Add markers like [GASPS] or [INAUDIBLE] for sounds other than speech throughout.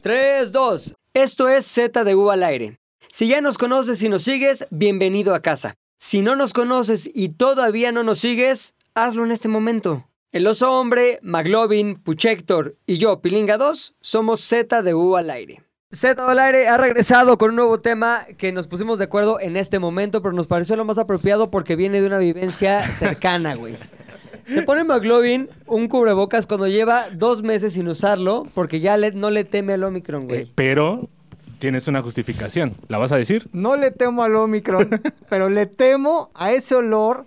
3, 2. Esto es Z de U al aire. Si ya nos conoces y nos sigues, bienvenido a casa. Si no nos conoces y todavía no nos sigues, hazlo en este momento. El oso hombre, Maglovin, Puchector y yo, Pilinga 2, somos Z de U al aire. Z al aire ha regresado con un nuevo tema que nos pusimos de acuerdo en este momento, pero nos pareció lo más apropiado porque viene de una [LAUGHS] vivencia cercana, güey. Se pone McLovin un cubrebocas cuando lleva dos meses sin usarlo porque ya le- no le teme al Omicron, Eh, güey. pero tienes una justificación. ¿La vas a decir? No le temo al Omicron, [LAUGHS] pero le temo a ese olor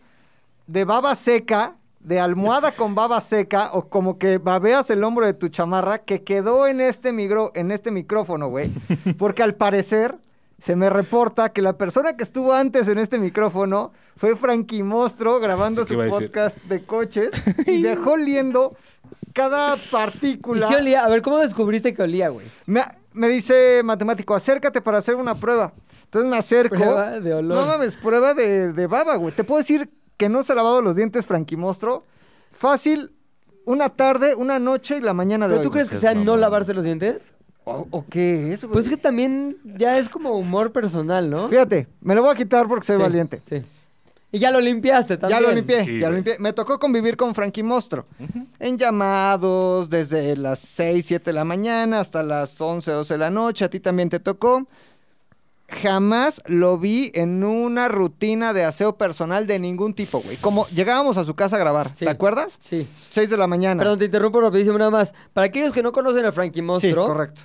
de baba seca, de almohada con baba seca, o como que babeas el hombro de tu chamarra, que quedó en este, micro, en este micrófono, [LAUGHS] güey. Porque al parecer se me reporta que la persona que estuvo antes en este micrófono fue Frankie Mostro grabando ¿Qué su iba a decir? podcast de [LAUGHS] coches y dejó oliendo cada Y partícula. sí olía. A ver, ¿cómo descubriste que olía, güey? Me, me dice matemático, acércate para hacer una prueba. Entonces me acerco. Prueba de olor. No mames, prueba de, de baba, güey. Te puedo decir que no se ha lavado los dientes, Frankie Mostro. Fácil, una tarde, una noche y la mañana de ¿Pero hoy, tú güey. crees que sea seas no mamón. lavarse los dientes? ¿O, o qué es, güey? Pues es que también ya es como humor personal, ¿no? Fíjate, me lo voy a quitar porque soy Sí, valiente. Sí. Y ya lo limpiaste también. Ya lo limpié, Sí, ya güey. lo limpié. Me tocó convivir con Frankie Mostro. En llamados, desde las 6, 7 de la mañana hasta las 11, 12 de la noche. A ti también te tocó. Jamás lo vi en una rutina de aseo personal de ningún tipo, güey. Como llegábamos a su casa a grabar, Sí. ¿te acuerdas? Sí. 6 de la mañana. Perdón, te interrumpo rapidísimo nada más. Para aquellos que no conocen a Frankie sí, Monstro, correcto.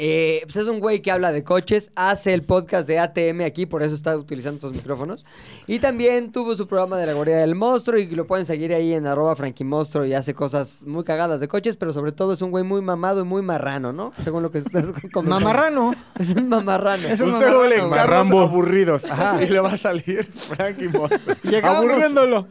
eh, pues es un güey que habla de coches, hace el podcast de ATM aquí, por eso está utilizando estos micrófonos. Y también tuvo su programa de la guardia del monstruo y lo pueden seguir ahí en arroba Frankie Monstro y hace cosas muy cagadas de coches, pero sobre todo es un güey muy mamado y muy marrano, ¿no? Según lo que estás [LAUGHS] comentando. Mamarrano. Es un mamarrano. Es un Usted mamarrano, huele en güey. carros Marrambo. aburridos. Y le va a salir Frankie Monster. Llegamos- Aburriéndolo.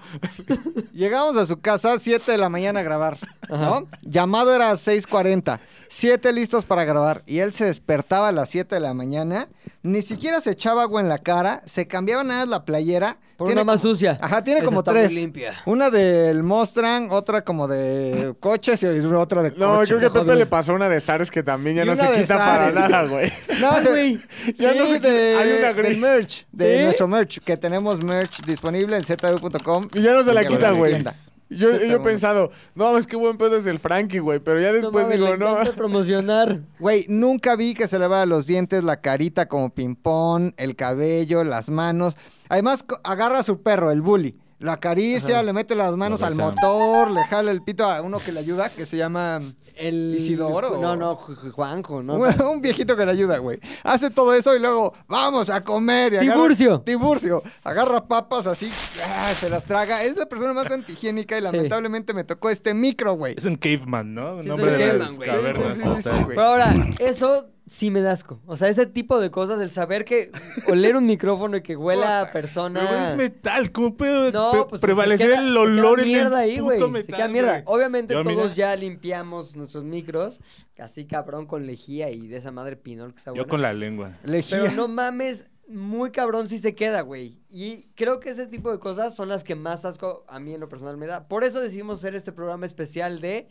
Llegamos a su casa 7 de la mañana a grabar, Ajá. ¿no? Llamado era 6.40, 7 listos para grabar. Y él se despertaba a las 7 de la mañana, ni siquiera se echaba agua en la cara, se cambiaba nada más la playera. Por una más [LAUGHS] como- sucia. Ah, Ajá, tiene Esa como está tres. muy limpia. Una del Mostran, otra como de coches y otra de No, coches. creo que a joder. Pepe le pasó una de Sares que también ya Y no una se de quita para Zares. nada, güey. [LAUGHS] No, se- güey. Ya sí, no se quita. de- Hay una del gris. merch, de ¿Sí? nuestro merch, que tenemos merch disponible en zw.com. [LAUGHS] Y ya no se la Y que quita, lo güey. entienda. Yo, Sí, está yo he pensado, no, es que buen pedo es el Frankie, güey. Pero ya pues después no, mames, digo, le no. encanta promocionar. Güey, nunca vi que se lavara los dientes, la carita como ping-pong, el cabello, las manos. Además, co- agarra a su perro, el bully. Lo acaricia, le mete las manos Lo al besa. motor, le jala el pito a uno que le ayuda, que se llama... El... ¿Isidoro? No, no, Ju- Ju- Juanjo, no. un, [LAUGHS] un viejito que le ayuda, güey. Hace todo eso y luego, vamos a comer. Y agarra- Tiburcio. Tiburcio. Agarra papas así, ah, se las traga. Es la persona más antihigiénica y lamentablemente me tocó este micro, güey. Es un caveman, ¿no? Un Sí, hombre es un de caveman, las güey. cavernas. Sí, sí, sí, sí, total. güey. Pero ahora, eso sí me da asco. O sea, ese tipo de cosas, el saber que oler un micrófono y que huela a persona. Pero güey, es metal, ¿cómo puedo No, pe- pues, pues, prevalecer se queda- el se olor queda en el mierda ahí, güey. puto Se metal, queda mierda. güey? Obviamente Yo, mira, todos ya limpiamos nuestros micros, así cabrón con lejía y de esa madre pinol que está Yo buena. con la lengua. Lejía. Pero no mames, muy cabrón sí se queda, güey. Y creo que ese tipo de cosas son las que más asco a mí en lo personal me da. Por eso decidimos hacer este programa especial de...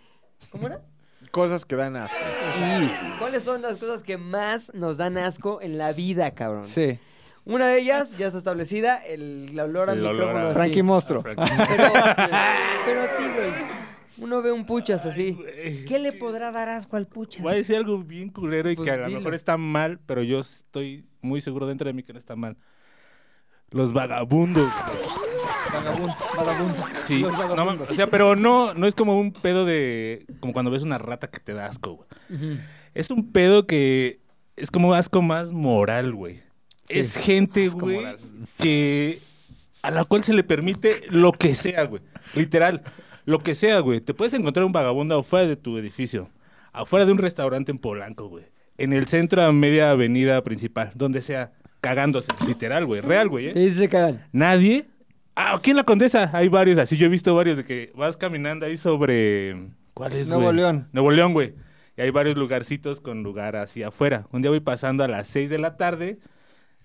¿Cómo era? Cosas que dan asco. ¿Cuáles son las cosas que más nos dan asco en la vida, cabrón? Sí. Una de ellas ya está establecida, el olor a El olor micrófono. a- así. Frankie Ah, Mostro. Pero, pero a ti, güey. Uno ve un puchas así. güey, ¿Qué le podrá dar asco al puchas? Voy a decir algo bien culero y Pues que a lo dilo. mejor está mal, pero yo estoy muy seguro dentro de mí que no está mal. Los vagabundos. Sí, no mames, o sea, pero no, no es como un pedo de. Como cuando ves una rata que te da asco, güey. Es un pedo que es como asco más moral, güey. Es gente, güey, moral. que. a la cual se le permite lo que sea, güey. Literal, lo que sea, güey. Te puedes encontrar un vagabundo afuera de tu edificio, afuera de un restaurante en Polanco, güey. En el centro a media avenida principal, donde sea, cagándose. Literal, güey. Real, güey, ¿eh? Sí, sí se cagan. Nadie. Ah, aquí en la Condesa hay varios así. Yo he visto varios de que vas caminando ahí sobre. ¿Cuál es, Nuevo güey? León. Nuevo León, güey. Y hay varios lugarcitos con lugar así afuera. Un día voy pasando a las 6 de la tarde.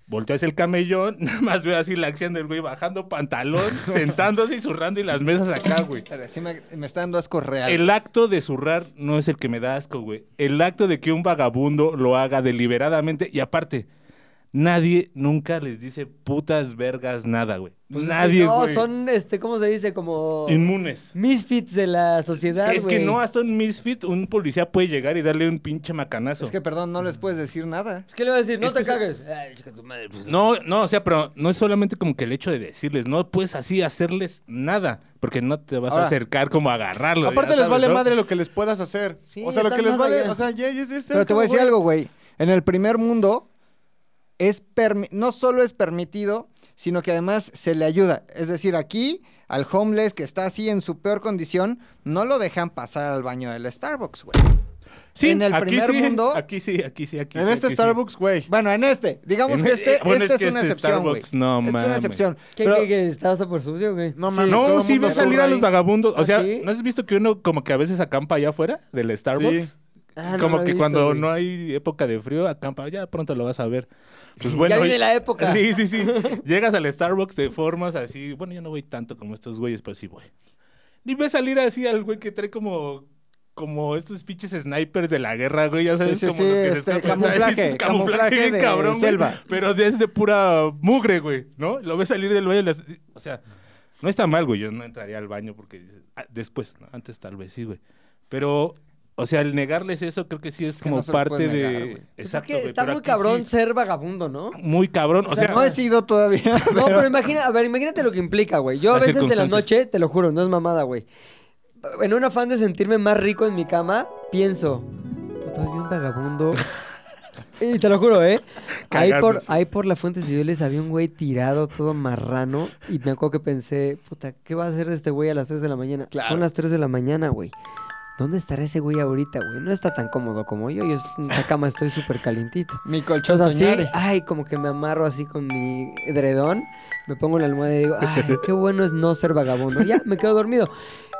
Volteas el camellón, [LAUGHS] nada más veo así la acción del güey bajando pantalón, [LAUGHS] sentándose y zurrando y las mesas acá, güey. Sí me, me está dando asco real. El acto de zurrar no es el que me da asco, güey. El acto de que un vagabundo lo haga deliberadamente y aparte, nadie nunca les dice putas vergas nada, güey. Pues es que nadie, No, güey. son, este, ¿cómo se dice? Como inmunes. misfits de la sociedad, es que güey. no, hasta un misfit, un policía puede llegar y darle un pinche macanazo. Es que, perdón, no les puedes decir nada. Pues, ¿Qué le voy a decir? No Es te que se- cagues. Ay, chica tu madre, pues, No, no, o sea, pero no es solamente como que el hecho de decirles, no puedes así hacerles nada, porque no te vas Ahora- a acercar como a agarrarlo. Aparte ya les sabes, vale ¿no? madre lo que les puedas hacer. Sí, o sea, lo están que más les vale, allá. o sea, ya, ya, ya están Pero te voy a como, decir güey, algo, güey. En el primer mundo, es permi- no solo es permitido, sino que además se le ayuda. Es decir, aquí al homeless que está así en su peor condición, no lo dejan pasar al baño del Starbucks, güey. Sí, En el aquí primer sí, mundo- Aquí sí, aquí sí, aquí En sí, este aquí sí. Starbucks, güey. Bueno, en este, digamos En que este- este, bueno, este es es, que una este excepción, güey. Starbucks, no Es una mames. excepción. ¿Qué, Pero- qué, qué? ¿Estabas por sucio, güey? No Sí. mames. todo Ah, No, el sí mundo ves zurra salir a los ahí. vagabundos. ¿Ah, O sea, sí? ¿no has visto que uno como que a veces acampa allá afuera del Starbucks? Sí. Ah, no como lo he que visto, cuando güey. no hay época de frío, acampa, ya pronto lo vas a ver. Pues bueno, ya viene y- la época. Pues Sí, sí, sí. Llegas al Starbucks, te formas así. Bueno, yo no voy tanto como estos güeyes, pero sí voy. Y ves salir así al güey que trae como. Como estos pinches snipers de la guerra, güey. Ya sabes, Sí, sí, como sí, los que se este, escapan. [LAUGHS] camuflaje, Así, camuflaje bien de cabrón, güey, selva. Pero es de pura mugre, güey, ¿no? Lo ves salir del baño. y las- O sea, no está mal, güey. Yo no entraría al baño porque dices, "Ah, después, ¿no? antes tal vez sí, güey. Pero, o sea, el negarles eso creo que sí es que como no se los parte puedes de. negar, güey. Pues Exacto. es que güey, está pero muy aquí cabrón sí- ser vagabundo, ¿no? muy cabrón. O sea, no he sido todavía. [LAUGHS] [LAUGHS] No, pero imagina, a ver, imagínate lo que implica, güey. Yo a Las veces en la circunstancias. noche, te lo juro, no es mamada, güey. En un afán de sentirme más rico en mi cama, pienso, puta, hay un [LAUGHS] vagabundo. y te lo juro, ¿eh? Ahí por, Cagándose. ahí por la fuente Cibeles había un güey tirado, todo marrano. Y me acuerdo que pensé, puta, ¿qué va a hacer este güey a las 3 de la mañana? Claro. Son las 3 de la mañana, güey. ¿Dónde estará ese güey ahorita, güey? No está tan cómodo como yo. Yo en esta cama estoy súper calientito. Mi Yo colchón Pues así, soñare. ay, como que me amarro así con mi edredón, me pongo la almohada y digo, [LAUGHS] ay, qué bueno es no ser vagabundo. Ya, me quedo dormido.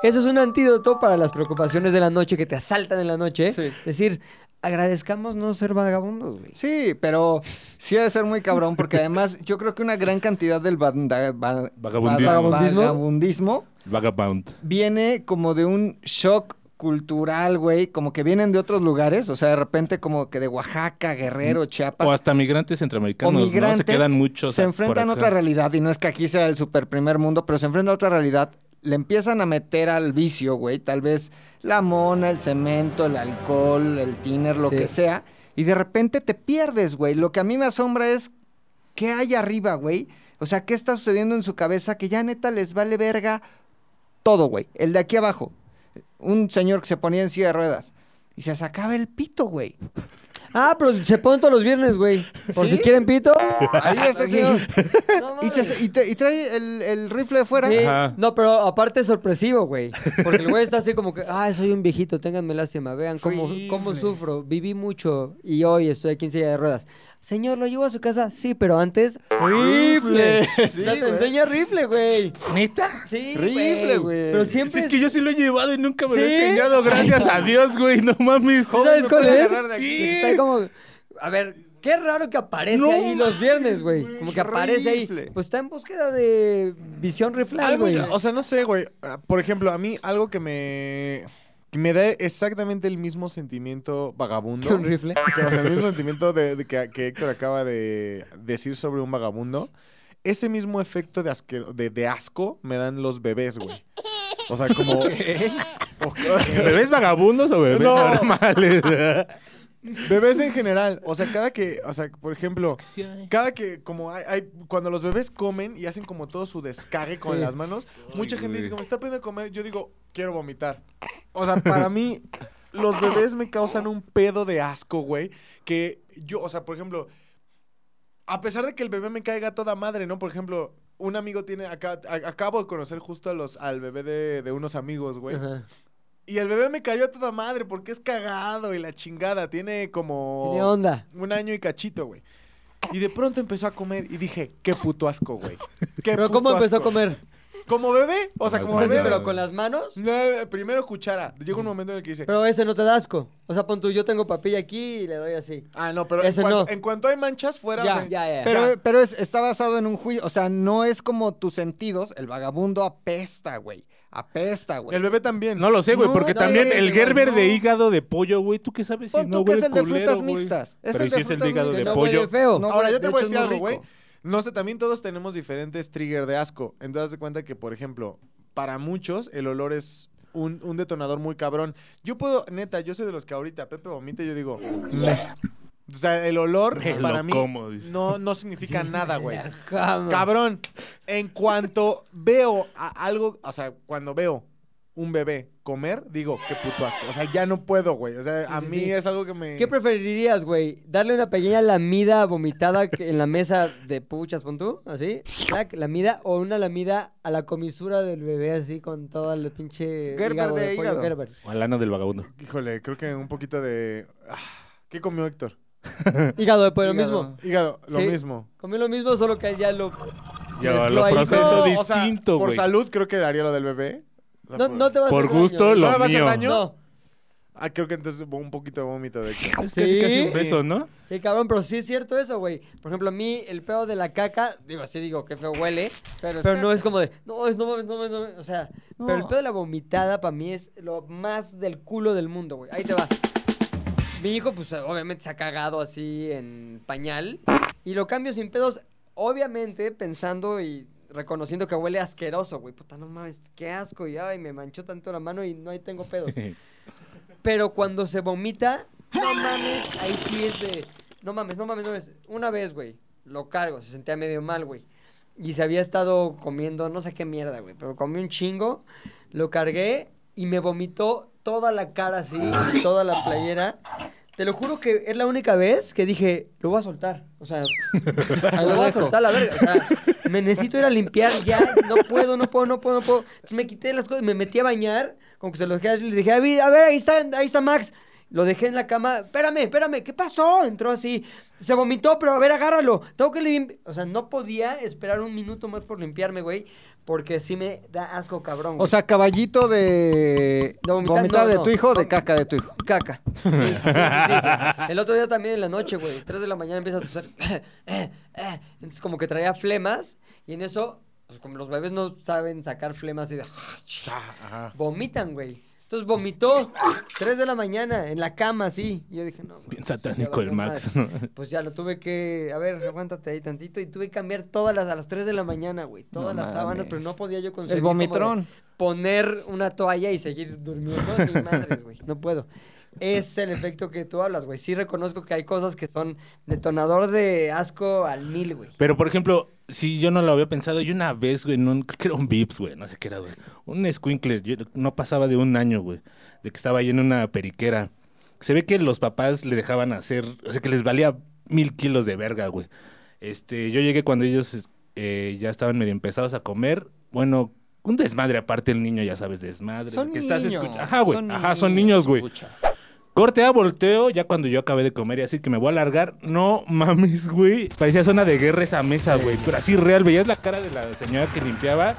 Eso es un antídoto para las preocupaciones de la noche que te asaltan en la ¿eh? noche. Sí. Decir, agradezcamos no ser vagabundos, güey. Sí, pero sí ha de ser muy cabrón porque además yo creo que una gran cantidad del banda- ba- Vagabundismo. Vagabundismo. vagabundismo Vagabond. viene como de un shock cultural, güey, como que vienen de otros lugares, o sea, de repente como que de Oaxaca, Guerrero, Chiapas. O hasta migrantes o centroamericanos, migrantes ¿no? Se quedan muchos. se a- por enfrentan a acá. otra realidad y no es que aquí sea el super primer mundo, pero se enfrentan a otra realidad. Le empiezan a meter al vicio, güey, tal vez la mona, el cemento, el alcohol, el tiner, lo Sí. que sea, y de repente te pierdes, güey. Lo que a mí me asombra es qué hay arriba, güey. O sea, qué está sucediendo en su cabeza que ya neta les vale verga todo, güey. El de aquí abajo, un señor que se ponía en silla de ruedas y se sacaba el pito, güey. Ah, pero se ponen todos los viernes, güey. Por ¿Sí? si quieren pito. Ahí [LAUGHS] [LAUGHS] está el Sí. señor. No Y, se- mames. y te- y trae el, el rifle de fuera. Sí, Ajá. No, pero aparte es sorpresivo, güey. Porque el güey está así como que, ay, soy un viejito, ténganme lástima, vean cómo, cómo Horrible. sufro, viví mucho y hoy estoy aquí en silla de ruedas. Señor, ¿lo llevo a su casa? Sí, pero antes, rifle. Sí, o sea, te güey. enseña rifle, güey. ¿Neta? Sí, Rifle, güey. Pero Si siempre... es que yo sí lo he llevado y nunca me lo ¿Sí? he enseñado, gracias a Dios, güey. No mames. ¿Sabes Joder, cuál me puedo es? agarrar de aquí. Está como... A ver, qué raro que aparece No ahí los mames, viernes, güey. Como que aparece ahí. Rifle. Pues está en búsqueda de visión rifle, Algo güey. ya- o sea, no sé, güey. Ah, Por ejemplo, a mí algo que me que me da exactamente el mismo sentimiento vagabundo. Que un rifle. que, o sea, el mismo sentimiento de, de que, que Héctor acaba de decir sobre un vagabundo. Ese mismo efecto de, asque- de, de asco me dan los bebés, güey. O sea, como... [LAUGHS] ¿Bebés vagabundos o bebés No. normales? Bebés en general. O sea, cada que... O sea, por ejemplo... Cada que, como hay, hay- cuando los bebés comen y hacen como todo su descargue con Sí. las manos, mucha gente dice, güey. como está aprendiendo a comer, yo digo, quiero vomitar. O sea, para mí, los bebés me causan un pedo de asco, güey, que yo, o sea, por ejemplo, a pesar de que el bebé me caiga a toda madre, ¿no? Por ejemplo, un amigo tiene, acá, a- acabo de conocer justo a los, al bebé de, de unos amigos, güey. Ajá. Y el bebé me cayó a toda madre porque es cagado y la chingada, tiene como Tiene onda. un año y cachito, güey. Y de pronto empezó a comer y dije, qué puto asco, güey. Qué Pero puto ¿cómo empezó a asco. comer? Como bebé, o sea, Ah, Las como manos. bebé. pero con las manos. No, primero cuchara. Llega un momento en el que dice, Pero ese no te da asco. O sea, pon tú, yo tengo papilla aquí y le doy así. ah, no, pero en Ese cuanto, no. en cuanto hay manchas fuera, Ya, o sea, ya, ya. ya. Pero, pero es- está basado en un juicio. O sea, no es como tus sentidos. El vagabundo apesta, güey. Apesta, güey. el bebé también. No lo sé, güey, No, porque no, también no, el no. Gerber de hígado de pollo, güey, ¿tú qué sabes si Pon no tú que huele es el de culero, frutas güey? mixtas. Es Pero el si de es el de frutas hígado de no mixtas. pollo. huele feo. No, Ahora, güey, yo te de voy a hecho, decir es muy algo, güey. rico. No sé, también todos tenemos diferentes trigger de asco. Entonces, haz de cuenta que, por ejemplo, para muchos el olor es un, un detonador muy cabrón. Yo puedo, neta, yo soy de los que ahorita Pepe vomita y yo digo... "Meh". O sea, el olor Me para lo mí como, dice. no, no significa nada, [LAUGHS] güey. Cama. Cabrón, en cuanto veo a algo, o sea, cuando veo un bebé comer, digo, qué puto asco. O sea, ya no puedo, güey. O sea, a sí, mí sí. es algo que me... ¿Qué preferirías, güey? ¿Darle una pequeña lamida vomitada que- en la mesa de puchas, pon tú? ¿Así? ¿Tac, lamida? ¿O una lamida a la comisura del bebé así con todo el pinche Gerber hígado de de, pollo hígado. Gerber? O al ano del vagabundo. Híjole, creo que un poquito de... Ah, ¿Qué comió Héctor? Hígado de pollo, lo Hígado. mismo. Hígado, lo Sí. mismo. Comí lo mismo, solo que ya lo... Yo mezcló lo ahí proceso con- o sea, distinto, por güey. salud creo que daría lo del bebé. O sea, No, por- no te vas Por gusto, lo ¿No me vas a mío. bañar? No. Ah, creo que entonces un poquito de vómito [LAUGHS] de Héctor. Es casi, casi Sí. un beso, ¿no? Qué cabrón, pero sí es cierto eso, güey. Por ejemplo, a mí el pedo de la caca, digo, sí digo, qué feo huele, pero, no es como de, no, es, no mames, no mames, no mames", o sea, pero el No. pedo de la vomitada para mí es lo más del culo del mundo, güey. Ahí te va. Mi hijo, pues obviamente se ha cagado así en pañal y lo cambio sin pedos, obviamente pensando y reconociendo que huele asqueroso, güey. Puta, no mames, qué asco, y ay, me manchó tanto la mano y no ahí tengo pedos. Pero cuando se vomita, no mames, ahí sí es de. No mames, no mames, no mames. Una vez, güey, lo cargo, se sentía medio mal, güey. Y se había estado comiendo, no sé qué mierda, güey, pero comí un chingo, lo cargué y me vomitó toda la cara así, toda la playera. Te lo juro que es la única vez que dije, lo voy a soltar. O sea, lo voy a soltar a la verga. O sea, me necesito ir a limpiar ya. No puedo, no puedo, no puedo, no puedo. Entonces me quité las cosas, me metí a bañar. Como que se lo dejé a Ashley, le dije, a ver, a ver, ahí está, ahí está Max. Lo dejé en la cama. Espérame, espérame, ¿qué pasó? Entró así. Se vomitó, pero a ver, agárralo. Tengo que limpiar. O sea, no podía esperar un minuto más por limpiarme, güey. Porque sí me da asco, cabrón. güey. O sea, caballito de. De vomitar, vomitada no, de no. tu hijo o de caca de tu hijo. caca. [LAUGHS] Sí, sí, sí, sí. El otro día también en la noche, güey. 3 de la mañana empieza a toser. [LAUGHS] Eh, Entonces, como que traía flemas. Y en eso, pues como los bebés no saben sacar flemas [LAUGHS] y de. Vomitan, güey. Entonces vomitó 3 de la mañana en la cama, así. Y yo dije, no. güey, pues, Bien ya satánico valió el Max. madre. [LAUGHS] Pues ya lo tuve que. A ver, aguántate ahí tantito. Y tuve que cambiar todas las. A las 3 de la mañana, güey. Todas No las sábanas, mames. pero no podía yo conseguir. El como de- vomitrón. poner una toalla y seguir durmiendo. Ni madres, güey. No puedo. Es el efecto que tú hablas, güey. Sí reconozco que hay cosas que son detonador de asco al mil, Pues, güey. Pero, por ejemplo, si yo no lo había pensado, yo una vez, güey, en un, creo que era un Vips, güey, no sé qué era, güey. Un squinkler, yo no pasaba de un año, güey, de que estaba ahí en una periquera. Se ve que los papás le dejaban hacer, o sea, que les valía mil kilos de verga, güey. Este, yo llegué cuando ellos eh, ya estaban medio empezados a comer. Bueno, un desmadre aparte el niño, ya sabes, desmadre. Son que estás niños, escucha- Ajá, güey. son Ajá, son niños, niños, güey. Corte a volteo, ya cuando yo acabé de comer y así que me voy a alargar. No mames, güey. Parecía zona de guerra esa mesa, güey. Pero así real, veías la cara de la señora que limpiaba.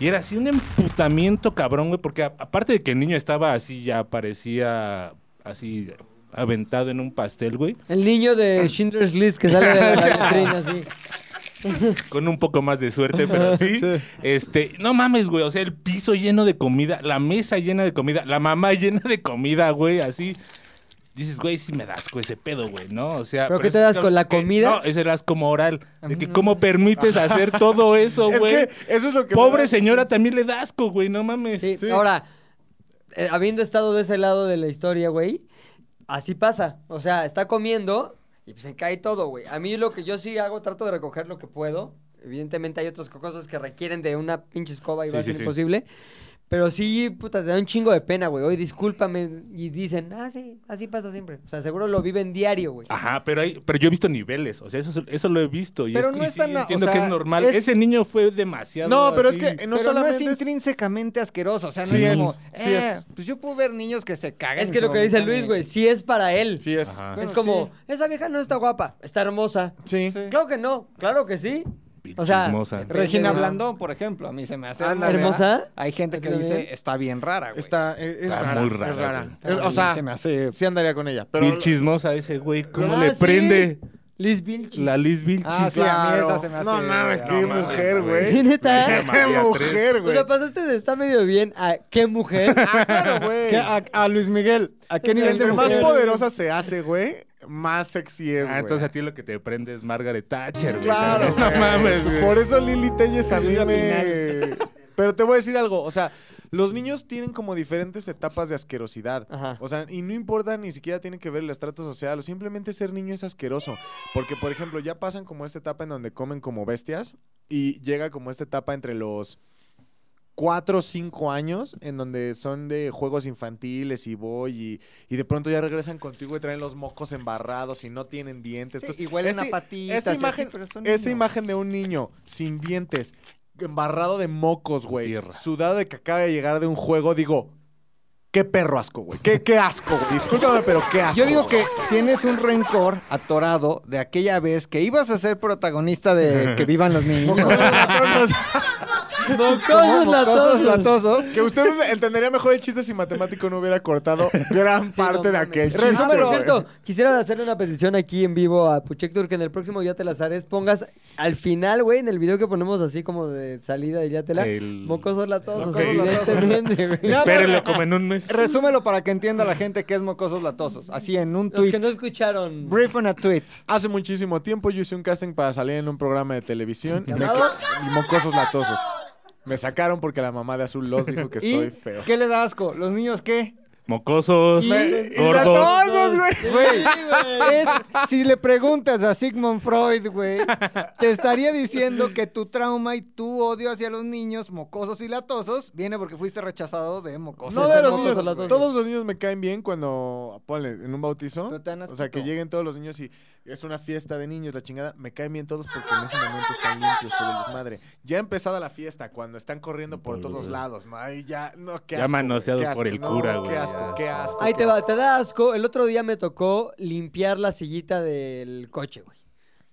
Y era así un emputamiento cabrón, güey. Porque a- aparte de que el niño estaba así, ya parecía así aventado en un pastel, güey. El niño de Schindler's List que sale de la vitrina, así. Con un poco más de suerte, pero sí. Este, no mames, güey. O sea, el piso lleno de comida, la mesa llena de comida, la mamá llena de comida, güey. Así. Dices, güey, sí me das asco ese pedo, güey, ¿no? O sea. ¿Pero qué es te das que- con la que- comida? Ah. No, es el asco moral. De que cómo permites hacer [LAUGHS] todo eso, Es güey. que eso es lo que... me da- Pobre señora también le das asco, güey, no mames. Sí, Ahora, eh, habiendo estado de ese lado de la historia, güey, así pasa. O sea, está comiendo y pues se cae todo, güey. A mí lo que yo sí hago, trato de recoger lo que puedo. Evidentemente hay otras co- cosas que requieren de una pinche escoba y Sí, va a sí, ser sí. imposible. Pero sí, puta, te da un chingo de pena, güey. Hoy discúlpame. Y dicen, ah, sí, así pasa siempre. O sea, seguro lo viven diario, güey. Ajá, pero hay, pero yo he visto niveles, o sea, eso, eso lo he visto. Y Pero es, no y es sí, tan- o entiendo que sea, es normal. es- Ese niño fue demasiado. No, pero así. es que no Pero no es solamente es- intrínsecamente asqueroso. O sea, no Sí es es, como. sí "Eh, es. Pues yo puedo ver niños que se cagan. Es y que se lo que dice vomitan Luis, y- güey, sí es para él. Sí es. Ajá. Es Bueno, como, esa vieja no está guapa, está hermosa. Sí. Claro que no, claro que sí. Pinche O sea, chismosa. depende, Regina ¿no? Blandón, por ejemplo, a mí se me hace Ándale. hermosa. ¿Hermosa? Hay gente que Yo también. dice, está bien rara, güey. Está, e, es, es Está rara, muy Es rara, rara. güey. Es- o sea, se me hace... sí andaría con ella. Pero Pero... chismosa ese güey, ¿cómo Ah, le sí. prende? Liz Vilchis. La Liz Vilchis. Ah, sí, a mí esa se me hace... No mames, qué mames, mujer, güey. ¿Sí, [LAUGHS] güey. neta? Qué mujer, O güey. sea, pasaste de está medio bien a qué mujer. Ah, [LAUGHS] claro, güey. ¿Qué? a, a Luis Miguel, ¿a qué nivel de Entre más mujer? poderosa se hace, güey, más sexy es, Ah, güey. entonces a ti lo que te prende es Margaret Thatcher, güey. Claro, No güey. mames, güey. Por eso Lili Telles a mí Silvia me... [LAUGHS] Pero te voy a decir algo, o sea, los niños tienen como diferentes etapas de asquerosidad. Ajá. O sea, y no importa ni siquiera tiene que ver el estrato social, o simplemente ser niño es asqueroso. Porque, por ejemplo, ya pasan como esta etapa en donde comen como bestias y llega como esta etapa entre los 4 o 5 años en donde son de juegos infantiles y voy y, y de pronto ya regresan contigo y traen los mocos embarrados y no tienen dientes. Sí, Entonces, y huelen ese- a patitas. esa y así, imagen- pero son esa niños. imagen de un niño sin dientes, embarrado de mocos, güey, Tierra. sudado de que acaba de llegar de un juego, digo, qué perro asco, güey. Qué, qué asco, güey. Discúlpame, pero qué asco. Yo digo güey. que tienes un rencor atorado de aquella vez que ibas a ser protagonista de Que vivan los niños. Mocosos Mocosos latosos. latosos. Que usted entendería mejor el chiste si matemático no hubiera cortado gran Sí, parte no de mames. aquel Ah, chiste. por güey. cierto, quisiera hacerle una petición aquí en vivo a Puchector que en el próximo Ya te las haré pongas al final, güey, en el video que ponemos así como de salida de Ya te la El- mocosos latosos, Ok. evidentemente, güey. No, Espérenlo como en un mes. Resúmelo para que entienda la gente que es mocosos latosos. Así en un Los tweet. que no escucharon. Brief on a tweet. Hace muchísimo tiempo yo hice un casting para salir en un programa de televisión y, me ¿Llamado? ca- y mocosos latosos. Me sacaron porque la mamá de Azul Los dijo que estoy ¿Y feo. qué le da asco? ¿Los niños qué? Mocosos, Y- gordos. ¡Latosos, güey! Güey, es- si le preguntas a Sigmund Freud, güey, te estaría diciendo que tu trauma y tu odio hacia los niños mocosos y latosos viene porque fuiste rechazado de mocosos. No sea, son de los mocosos, niños. las dos. Todos los niños me caen bien cuando, ponle, en un bautizo. Pero te dan O sea, que asquito. lleguen todos los niños y es una fiesta de niños, la chingada. Me caen bien todos porque en ese momento están limpios todo el desmadre. Ya empezada la fiesta, cuando están corriendo por Por- todos lados. Ay, ya, no, qué Ya asco. manoseados qué asco, por el no, cura, güey, Qué ya, asco, sí. qué asco. Ahí qué te va, asco. te da asco. El otro día me tocó limpiar la sillita del coche, güey.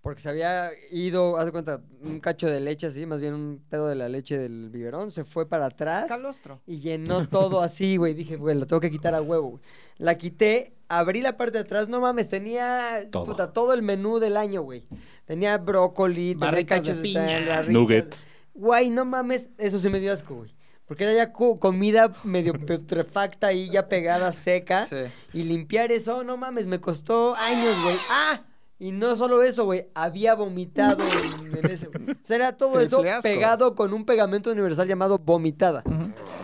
Porque se había ido, haz de cuenta, un cacho de leche así, más bien un pedo de la leche del biberón, se fue para atrás. Calostro. Y llenó todo así, güey. Dije, güey, lo tengo que quitar a huevo, güey. La quité, abrí la parte de atrás. No mames, tenía puta, Todo. todo, el menú del año, güey. Tenía brócoli, tenía Barritas de cachos de piña. tal, barritas. Nugget. Güey, no mames, eso sí me dio asco, güey. Porque era ya co- comida medio putrefacta ahí, ya pegada, seca. ¿Eh? Sí. Y limpiar eso, no mames, me costó años, güey. ¡Ah! Y no solo eso, güey, había vomitado en, en ese. güey. O sea, era todo eso Triple asco. pegado con un pegamento universal llamado vomitada.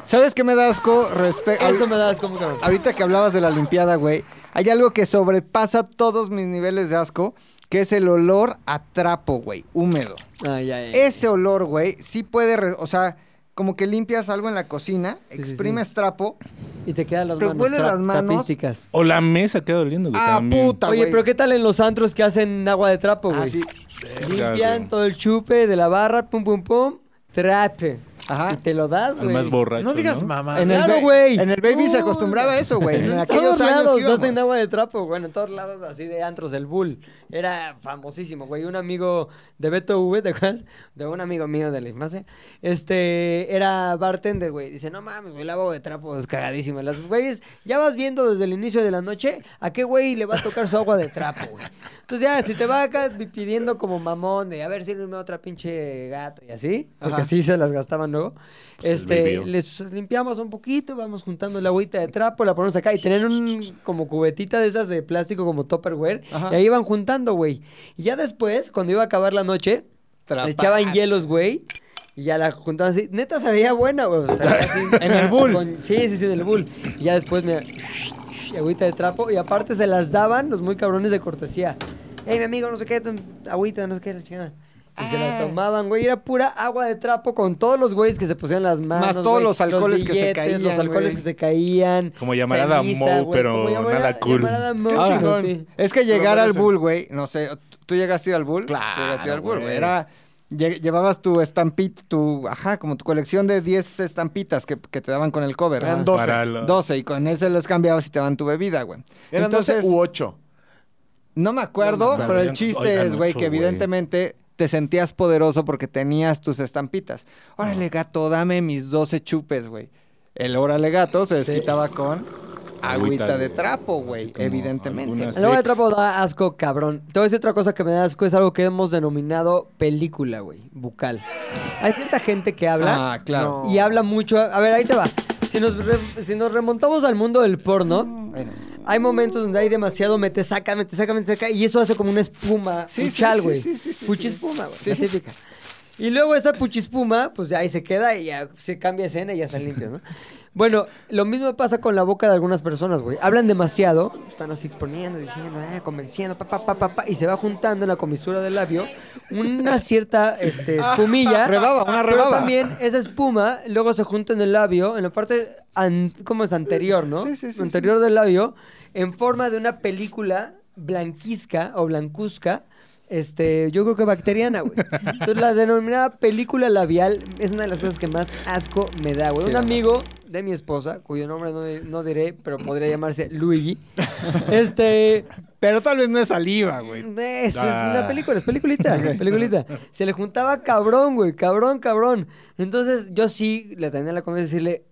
¿Sabes qué me da asco? Respe- Eso me da asco mucho. Ahorita que hablabas de la limpiada, güey, hay algo que sobrepasa todos mis niveles de asco, que es el olor a trapo, güey, húmedo. Ay, ay, ay. Ese olor, güey, sí puede, re- o sea, como que limpias algo en la cocina, Sí, sí, sí. exprimes trapo. Y te quedan las Te manos. huele las manos. tapísticas. O la mesa queda doliendo, güey. Ah, también. puta, Oye, güey. Ah, pero ¿qué tal en los antros que hacen agua de trapo, Ah, güey? Así. Verga, Limpian güey. todo el chupe de la barra, pum, pum, pum, trape. Ajá. Y te lo das, Al güey. más borracho. No digas más. mamá. En el, Claro, ba- güey. en el baby Uy. se acostumbraba a eso, güey. En En aquellos todos años lados que íbamos. hacen agua de trapo, bueno, en todos lados así de antros, el bull. Era famosísimo, güey. Un amigo de Beto V, ¿te acuerdas? De un amigo mío de la infancia. Este, era bartender, güey. Dice, no mames, güey, el agua de trapo es cagadísima. Las güeyes, ya vas viendo desde el inicio de la noche a qué güey le va a tocar su agua de trapo, güey. Entonces ya, si te va acá pidiendo como mamón de, a ver, sírveme otra pinche gato y así, porque Ajá. así se las gastaban luego. Pues el este, baby. les limpiamos un poquito, vamos juntando la agüita de trapo, la ponemos acá y tenían un como cubetita de esas de plástico como Tupperware Ajá. y ahí iban juntando, güey. Y ya después, cuando iba a acabar la noche, le echaban hielos, güey. Y ya la juntaban así. Neta sabía buena, güey. o [LAUGHS] sea, así, En el bull. con- sí, sí, sí, en el bull. Y ya después me agüita de trapo y aparte se las daban los muy cabrones de cortesía. Ey, mi amigo, no sé qué, tu agüita, no sé qué, la chingada. Y se la Ah. tomaban, güey. Era pura agua de trapo con todos los güeyes que se pusieron las manos. Más todos güey, los alcoholes que se caían, Los alcoholes güey. que se caían. Como llamarada Moe, güey, pero como llamara- nada cool. llamarada Moe, Ahora, chingón. Es que llegar Pero al merece. bull, güey, no sé, ¿tú- ¿tú llegaste a ir al bull? Claro, Tú llegaste a ir al bull, güey. güey. Era, lle- llevabas tu estampita, tu, ajá, como tu colección de 10 estampitas que, que te daban con el cover. Eran Ajá. 12. Para lo- 12, y con ese los cambiabas y te daban tu bebida, güey. Eran 12 u 8. No me acuerdo, No me pero el acuerdo. chiste Oigan, es, güey, ocho, que güey. evidentemente te sentías poderoso porque tenías tus estampitas. Órale, gato, dame mis 12 chupes, güey. El órale, gato se desquitaba con agüita, de, trapo, güey, así como evidentemente. algunas- El hombre de Sex. trapo da asco, cabrón. Te voy a decir otra cosa que me da asco, es algo que hemos denominado película, güey, bucal. Hay cierta gente que habla Ah, claro. y habla mucho. A ver, ahí te va. Si nos, re- si nos remontamos al mundo del porno, Bueno. hay momentos donde hay demasiado mete saca, mete saca, mete saca, y eso hace como una espuma, Sí, sí, puchal, sí, güey. sí, sí, sí, Puchispuma, güey, la típica. Y luego esa puchispuma, pues ya ahí se queda y ya se cambia escena y ya están limpios, ¿no? Bueno, lo mismo pasa con la boca de algunas personas, güey. Hablan demasiado, están así exponiendo, diciendo, ah, convenciendo, pa, pa, pa, pa, pa, y se va juntando en la comisura del labio una cierta este, espumilla. Ah, Rebaba, una Pero rebaba. también esa espuma luego se junta en el labio, en la parte, an- ¿cómo es? Anterior, ¿no? Sí, sí, sí, Anterior del labio, en forma de una película blanquizca o blancuzca. Este, yo creo que bacteriana, güey. Entonces, la denominada película labial es una de las cosas que más asco me da, güey. Sí, Un da amigo de mi esposa, cuyo nombre no, di- no diré, pero podría llamarse Luigi. [LAUGHS] Este, Pero tal vez no es saliva, güey. eso Ah. pues, es una película, es peliculita, [LAUGHS] peliculita. Se le juntaba cabrón, güey, cabrón, cabrón. Entonces yo sí le tenía la confianza de decirle,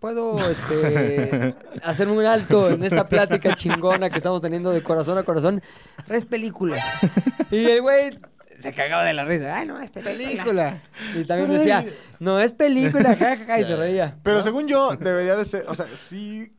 puedo [LAUGHS] este, hacerme un alto en esta plática chingona que estamos teniendo de corazón a corazón. Tres películas. Y el güey se cagaba de la risa. Ay, no, es película. Película. Y también decía, no, es película, jajaja, y se reía. Pero ¿no? según yo, debería de ser, o sea, sí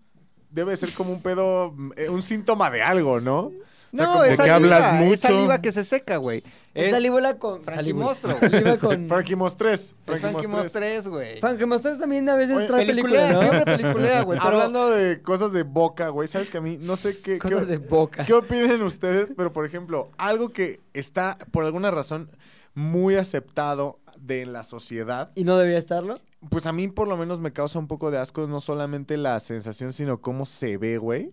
debe ser como un pedo, eh, un síntoma de algo, ¿no? O sea, No, como- ¿de es qué saliva, hablas Es mucho? saliva que se seca, güey. Es salíbula con... Frankie salíbula. Monstruo. Saliva [LAUGHS] con... Frankie Mos 3. Es Frankie Mos 3, güey. Frankie Monstruo también a veces Oye, trae películas, ¿no? siempre peliculea, [LAUGHS] güey. pero- Hablando de cosas de boca, güey, sabes que a mí no sé [LAUGHS] qué qué- Cosas de boca. ¿Qué opinan ustedes? Pero, por ejemplo, algo que está, por alguna razón, muy aceptado de la sociedad, ¿Y no debería estarlo? pues a mí por lo menos me causa un poco de asco no solamente la sensación, sino cómo se ve, güey.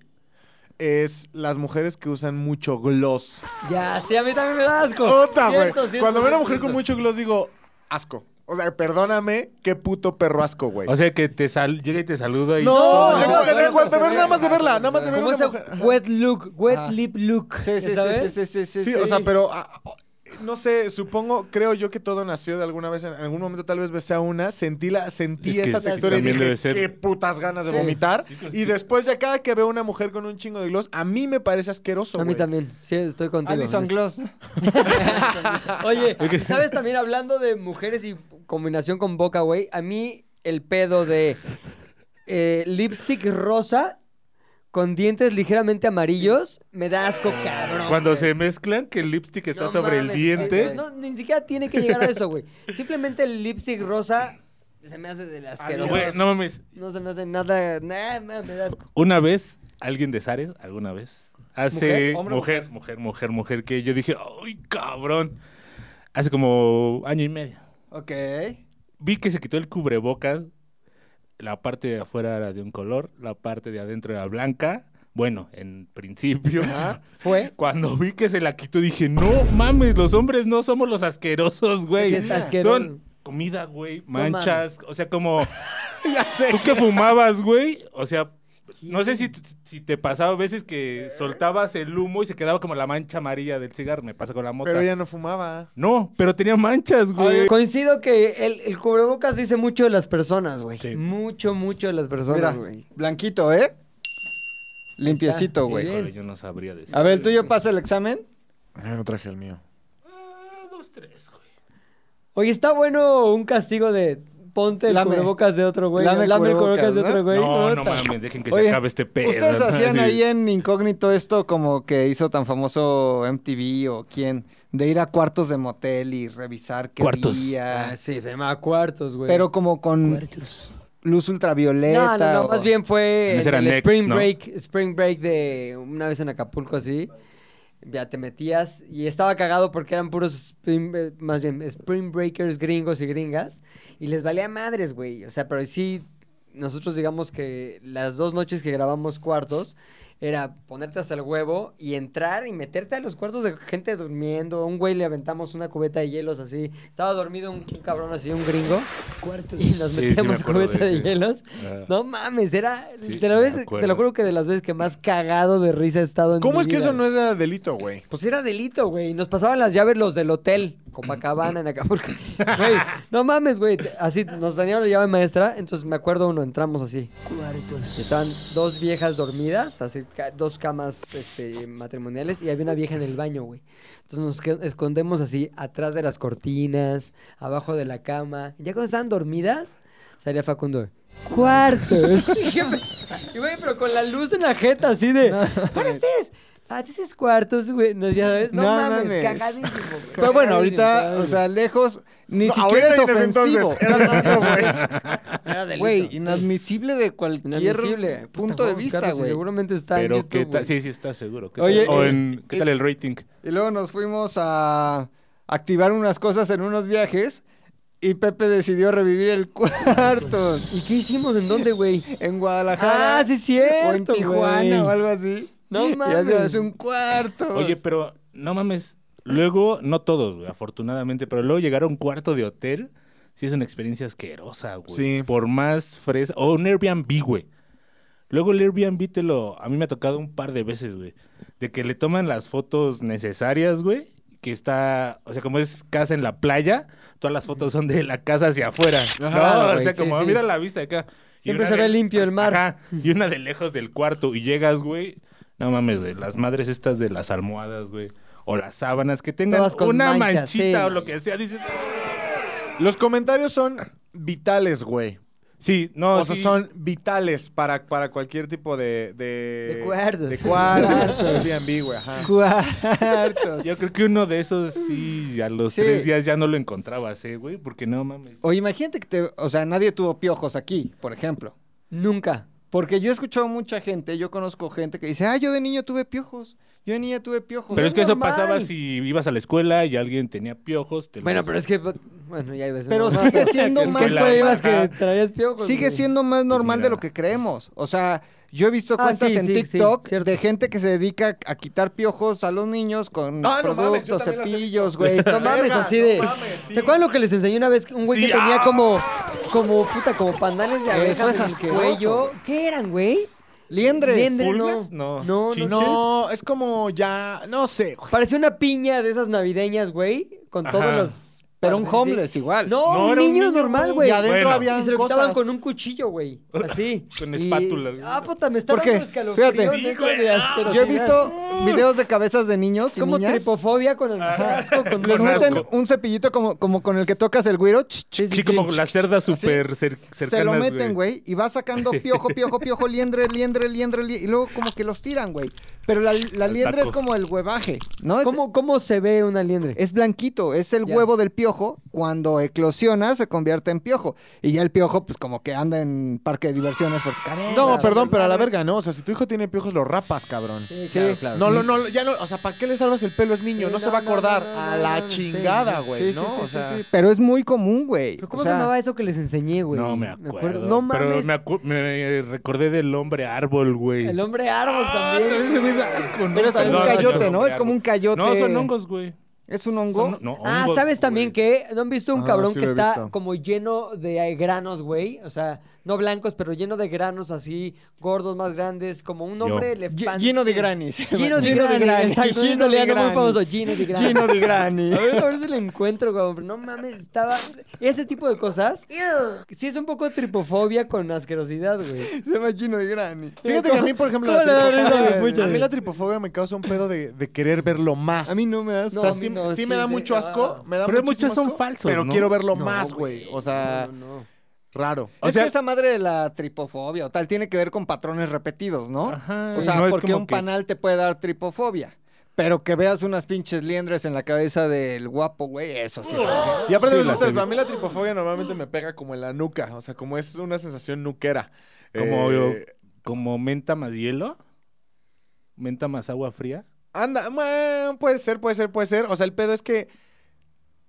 Es las mujeres que usan mucho gloss. Ya, sí, a mí también me da asco. ¡Puta, güey! Cierto, cierto, Cuando veo a una cierto, mujer con cierto. mucho gloss, digo, asco. O sea, perdóname, qué puto perro asco, güey. O sea, que te sal- llega y te saluda y... [LAUGHS] no, no, yo no, creo que no, no, no, cuanto se ver, ve, nada más de ajá, verla, se nada más ve. de ver Como ese una mujer. wet look, wet Ajá. lip look. Sí, sí, sí, ¿sabes? sí, sí, sí, Este, Sí, o sea, pero ah, oh, no sé, supongo, creo yo que todo nació de alguna vez, en algún momento tal vez besé a una, sentí la, sentí Es que esa sí, textura y también dije, debe ser. qué putas ganas de Sí. vomitar. Sí, pues, Y después ya cada que veo una mujer con un chingo de gloss, a mí me parece asqueroso, A mí güey. también, sí, estoy contigo. Alison Gloss. Oye, ¿sabes también hablando de mujeres y combinación con boca, güey? A mí el pedo de eh, lipstick rosa con dientes ligeramente amarillos me da asco, cabrón. Cuando güey. se mezclan, que el lipstick está No sobre mames, el sí, diente. pues, no, ni siquiera tiene que llegar a eso, [LAUGHS] güey. Simplemente el lipstick rosa se me hace de las Güey, asquerosas. no mames. No se me hace nada, nada, nada, me da asco. Una vez, alguien de Zares, alguna vez, hace ¿Mujer? ¿Hombre o mujer, mujer, mujer, mujer, que yo dije, ¡ay, cabrón! Hace como año y medio. ok. Vi que se quitó el cubrebocas, la parte de afuera era de un color, la parte de adentro era blanca. Bueno, en principio. ¿Fue? Cuando vi que se la quitó, dije, no mames, los hombres no somos los asquerosos, güey. ¿Qué es asqueroso? Son comida, güey, manchas, o sea, como... Ya sé. ¿Tú que fumabas, güey? O sea, no sé si, si te pasaba a veces que soltabas el humo y se quedaba como la mancha amarilla del cigarro. Me pasa con la mota. Pero ella no fumaba. No, pero tenía manchas, güey. Coincido que el, el cubrebocas dice mucho de las personas, güey. Sí. Mucho, mucho de las Mira, personas, güey. blanquito, ¿eh? Limpiecito, está, güey. bien. Híjole, yo no sabría decir. A ver, ¿el tuyo pasa el examen? Ah, no traje el mío. Ah, dos, tres, güey. Oye, está bueno un castigo de ponte el Lame. cubrebocas de otro, güey. Lame Lame, el cubrebocas, cubrebocas de ¿no? otro, güey. No, no Puta. mames, dejen que Oye, se acabe este pedo. ¿Ustedes ¿no? hacían Sí. ahí en incógnito esto como que hizo tan famoso MTV o quién? De ir a cuartos de motel y revisar qué Cuartos. había. Ah, sí, se llama cuartos, güey. Pero como con cuartos. luz No, ultravioleta. no, no, o- más bien fue Ese en era el Next, Spring ¿no? Break, Spring Break de una vez en Acapulco así. Ya te metías y estaba cagado porque eran puros spring, eh, más bien Spring Breakers gringos y gringas y les valía madres, güey. O sea, pero sí nosotros digamos que las dos noches que grabamos cuartos era ponerte hasta el huevo y entrar y meterte a los cuartos de gente durmiendo. A un güey le aventamos una cubeta de hielos así. Estaba dormido un, un cabrón así, un gringo. Y nos Sí, sí me metíamos acuerdo de cubeta de, ese. hielos. Ah. No mames, era. Sí, te, lo me ves- te lo acuerdo. juro que de las veces que más cagado de risa he estado en ¿Cómo mi es que vida, eso no güey. era delito, güey? Pues era delito, güey. Nos pasaban las llaves los del hotel. Copacabana, en [LAUGHS] Acapulco. Güey, no mames, güey. Así nos dañaron la llave maestra. Entonces me acuerdo uno, entramos así. Y Estaban dos viejas dormidas, así, ca- dos camas este, matrimoniales. Y había una vieja en el baño, güey. Entonces nos que- escondemos así, atrás de las cortinas, abajo de la cama. Y ya cuando estaban dormidas, salía Facundo. [LAUGHS] Cuartos. y güey, pero con la luz en la jeta, así de. ¿What is this? Ah, this is cuartos, güey. No, ya sabes. No, No mames, mames. cagadísimo, güey. [LAUGHS] Pero bueno, ahorita, Cagadísimo, o sea, lejos, ni No, siquiera es ahorita y en ese ofensivo. entonces, era [LAUGHS] delito, güey. cagadísimo. Era delito. Güey, inadmisible de cualquier Inadmisible. Puta, punto de vamos a vista, buscarlo, si güey. Seguramente está en Pero YouTube, qué tal, güey. sí, sí, está seguro. ¿Qué Oye, tal? O eh, en- ¿qué eh, tal el rating? Y luego nos fuimos a activar unas cosas en unos viajes y Pepe decidió revivir el [LAUGHS] cuartos ¿Y qué hicimos? ¿En dónde, güey? en Guadalajara. Ah, sí es cierto, O en Tijuana güey. o algo así. No Ya se mames. hace un cuarto. Oye, pero no mames. Luego, no todos, güey, afortunadamente, pero luego llegar a un cuarto de hotel, sí es una experiencia asquerosa, güey. Sí. Por más fresa. O un Airbnb, güey. Luego el Airbnb te lo. A mí me ha tocado un par de veces, güey. De que le toman las fotos necesarias, güey. Que está. O sea, como es casa en la playa, todas las fotos son de la casa hacia afuera. no, Claro, o güey, sea, sí, como sí. mira la vista de acá. Y Siempre una se ve limpio el mar. Ajá, y una de lejos del cuarto. Y llegas, güey. No mames, güey. Las madres estas de las almohadas, güey. O las sábanas que tengan Todas con una manchas, manchita sí. o lo que sea. Dices. Los comentarios son vitales, güey. Sí, no, o sea, sí. son vitales para, para cualquier tipo de... De, De cuartos. De [LAUGHS] cuartos. Cuartos. Airbnb, güey, ajá. Cuartos. Yo creo que uno de esos sí, a los Sí. tres días ya no lo encontrabas, eh, güey, porque no mames. [LAUGHS] Oye, imagínate que te, o sea, nadie tuvo piojos aquí, por ejemplo. Nunca. Porque yo he escuchado mucha gente, yo conozco gente que dice, ah, yo de niño tuve piojos, yo de niña tuve piojos. Pero es que eso normal. pasaba si ibas a la escuela y alguien tenía piojos. Te Bueno, los- pero es que. Bueno, ya ibas a Pero sigue siendo Es más que por la ahí vas que baja. traías piojos. Sigue güey. siendo más normal de mira. lo que creemos. O sea, yo he visto Ah, cuentas sí, en sí, sí, TikTok cierto. de gente que se dedica a quitar piojos a los niños con Ah, no mames, yo productos, también las he cepillos, [LAUGHS] güey. Eh, [LAUGHS] No mames, Verga, así no de. mames, sí. ¿Se acuerdan lo que les enseñé una vez? Un güey Sí, que tenía ah. Eh, como. Como puta, como pandales de abejas en el que, güey, yo. asquerosos. ¿Qué eran, güey? Liendres. Liendres. ¿Pulgas? No. No, no, no. ¿Chinches? No, es como ya... No sé, güey. Parecía una piña de esas navideñas, güey. Con Ajá. todos los. Pero un partes, homeless sí. igual. No, No, un era un niño niño, normal, güey. güey. Y adentro Bueno. habían Y se lo quitaban cosas. con un cuchillo, güey. Así. [LAUGHS] Con Y- espátula. Ah, puta, me está ¿Por qué? dando escalofríos, Fíjate. neta, Sí, güey. de Ah. asquerosidad. Yo he visto videos de cabezas de niños y Como niñas. tripofobia con el casco, con Les Con meten asco. un cepillito como, como con el que tocas el güiro. ch, ch, Sí, como las cerdas súper cer- cercanas, se lo meten, güey, y [LAUGHS] va sacando piojo, piojo, piojo, liendre, liendre, liendre, li- y luego como que los tiran, güey. Pero la, la Al liendre es taco. como el huevaje, ¿no? Es, ¿Cómo, ¿Cómo se ve una liendre? es blanquito, es el Ya. huevo del piojo. Cuando eclosiona, se convierte en piojo. Y ya el piojo, pues como que anda en parque de diversiones por tu cabeza. No, Verga, perdón, güey. pero a la verga, ¿no? O sea, si tu hijo tiene piojos, lo rapas, cabrón. Sí, claro, claro. No, no, no, ya no, o sea, ¿para qué le salvas el pelo? Es niño, Sí, no se no, va a no, acordar. no, no, A no, la no, sí, chingada, sí, güey, sí, ¿no? sí, sí, o sea, sí. Pero es muy común, güey. ¿Pero cómo O sea, se llamaba eso que les enseñé, güey? No me acuerdo. No Pero mames. me, acu- me recordé del hombre árbol, güey. El hombre árbol Ah, también. también se me da asco, ¿no? Pero es como Perdón, un no, cayote, no, ¿no? Es como un cayote. No, son hongos, güey. ¿Es un hongo? Son- no, Ah, hongos, ¿sabes güey. también que ¿No han visto un Ah, cabrón que sí lo he está visto. como lleno de eh, granos, güey? O sea, no blancos, pero lleno de granos así, gordos, más grandes, como un hombre Ye- elefante. Lleno de [LAUGHS] granis. Gino de Lleno Grani, exacto, un Lleno de italiano muy granis. famoso, Gino de Grani. Lleno de granis. [LAUGHS] A ver, a ver si lo encuentro, güey. pero No mames, estaba. Ese tipo de cosas. Sí, es un poco tripofobia con asquerosidad, güey. Se llama Gino de Grani. fíjate que ¿Cómo- a mí, por ejemplo, cómo la le da risa a mi tripofobia, pucha, a mí güey? la tripofobia me causa un pedo de, de querer verlo más. A mí no me hace. No, o sea, a mí sí, no, sí sí, me da sí, mucho ah. asco, me da Pero muchísimo muchos son asco, falsos, Pero ¿no? quiero verlo No, más, güey. O sea, no, no. raro. O O sea- sea, esa madre de la tripofobia o tal tiene que ver con patrones repetidos, ¿no? Ajá. o Sí, sea, no es porque como un que- panal te puede dar tripofobia. Pero que veas unas pinches liendres en la cabeza del guapo, güey, eso sí. Y aparte, Sí, resulta- las he visto. a mí la tripofobia normalmente me pega como en la nuca. O sea, como es una sensación nuquera. Como, Eh, como menta más hielo. Menta más agua fría. Anda, ma, puede ser, puede ser, puede ser. O sea, el pedo es que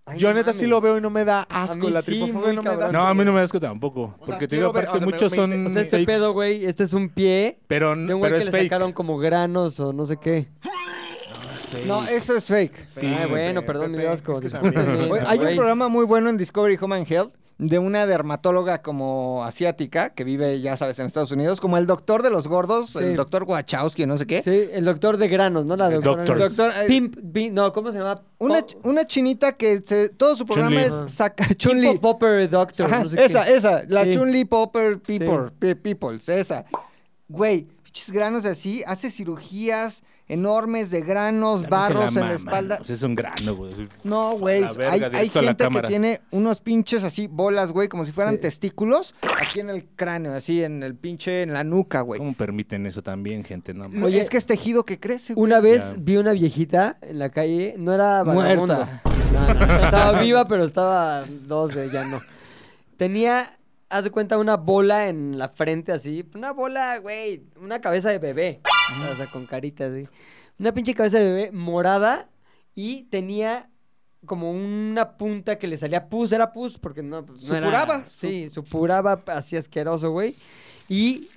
Ay, yo no neta sí mames. lo veo y no me da A asco. mí La sí, tripofobia muy no me da cabrón. asco. No, a mí no me da asco tampoco. sea, Porque te quiero digo, ver- aparte, o sea, me- muchos me son. inter- O sea, este Mm, fakes, pedo, güey, este es un pie Pero, de un güey pero que es le fake. sacaron como granos o no sé qué. No, eso es fake. Sí, Ay, güey. bueno, Pepe, perdón, mi Pepe, asco. es que [LAUGHS] discúlpeme, también, Este, Güey, güey. hay un programa muy bueno en Discovery Home and Health de una dermatóloga como asiática que vive, ya sabes, en Estados Unidos, como el doctor de los gordos, Sí. el doctor Wachowski, no sé qué. Sí, el doctor de granos, ¿no? La El doctora. doctor. Doctor, eh, Pimp, Pimp- no, ¿cómo se llama? Una, Po- ch- una chinita que se- todo su programa Chun-Li. es saca Chun-Li. Pimp Popper Doctor. Ajá, no sé qué. esa, esa, la Sí. Chun-Li Popper people, Sí. pe- Peoples, esa. Güey, pinches granos así, hace cirugías enormes de granos, barros Se en la maman, espalda. pues es un grano, güey. No, güey. A la verga, Hay, hay directo a la gente que cámara. tiene unos pinches así, bolas, güey, como si fueran Sí. testículos, aquí en el cráneo, así en el pinche, en la nuca, güey. ¿Cómo permiten eso también, gente? No, mames. Oye, es que es tejido que crece, güey. Una vez Ya. vi una viejita en la calle, no era Muerta. vagabunda. No, no, no, estaba viva, pero estaba dos de ya no. Tenía, haz de cuenta, una bola en la frente así. Una bola, güey, una cabeza de bebé. O sea, con carita así. Una pinche cabeza de bebé morada y tenía como una punta que le salía pus. Era pus porque no, pues, no era- Supuraba. Sí, supuraba así asqueroso, güey. Y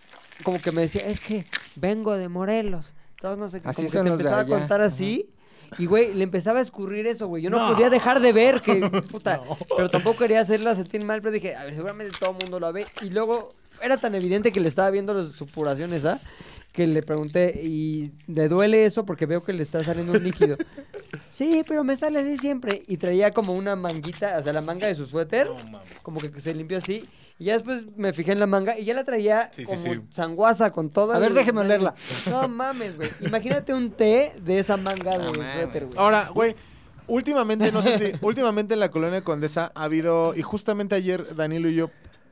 como que me decía, es que vengo de Morelos. Entonces, no sé, qué, Así como que son te los de empezaba a allá. contar así. Y, güey, le empezaba a escurrir eso, güey. Yo no, No. podía dejar de ver [LAUGHS] que, puta. Pero tampoco quería hacerla sentir mal, pero dije, a ver, seguramente todo el mundo lo ve. Y luego era tan evidente que le estaba viendo las supuraciones, ¿ah? Que le pregunté, ¿y le duele eso? Porque veo que le está saliendo un líquido. sí, pero me sale así siempre. Y traía como una manguita, o sea, la manga de su suéter, como que se limpió así. Y ya después me fijé en la manga y ya la traía Sí, sí, como sí. sanguaza con todo. A ver, el- déjeme olerla. No mames, güey. Imagínate un té de esa manga de No mames. suéter, güey. Ahora, güey, últimamente, no sé si, [LAUGHS] últimamente en la colonia Condesa ha habido, y justamente ayer Danilo y yo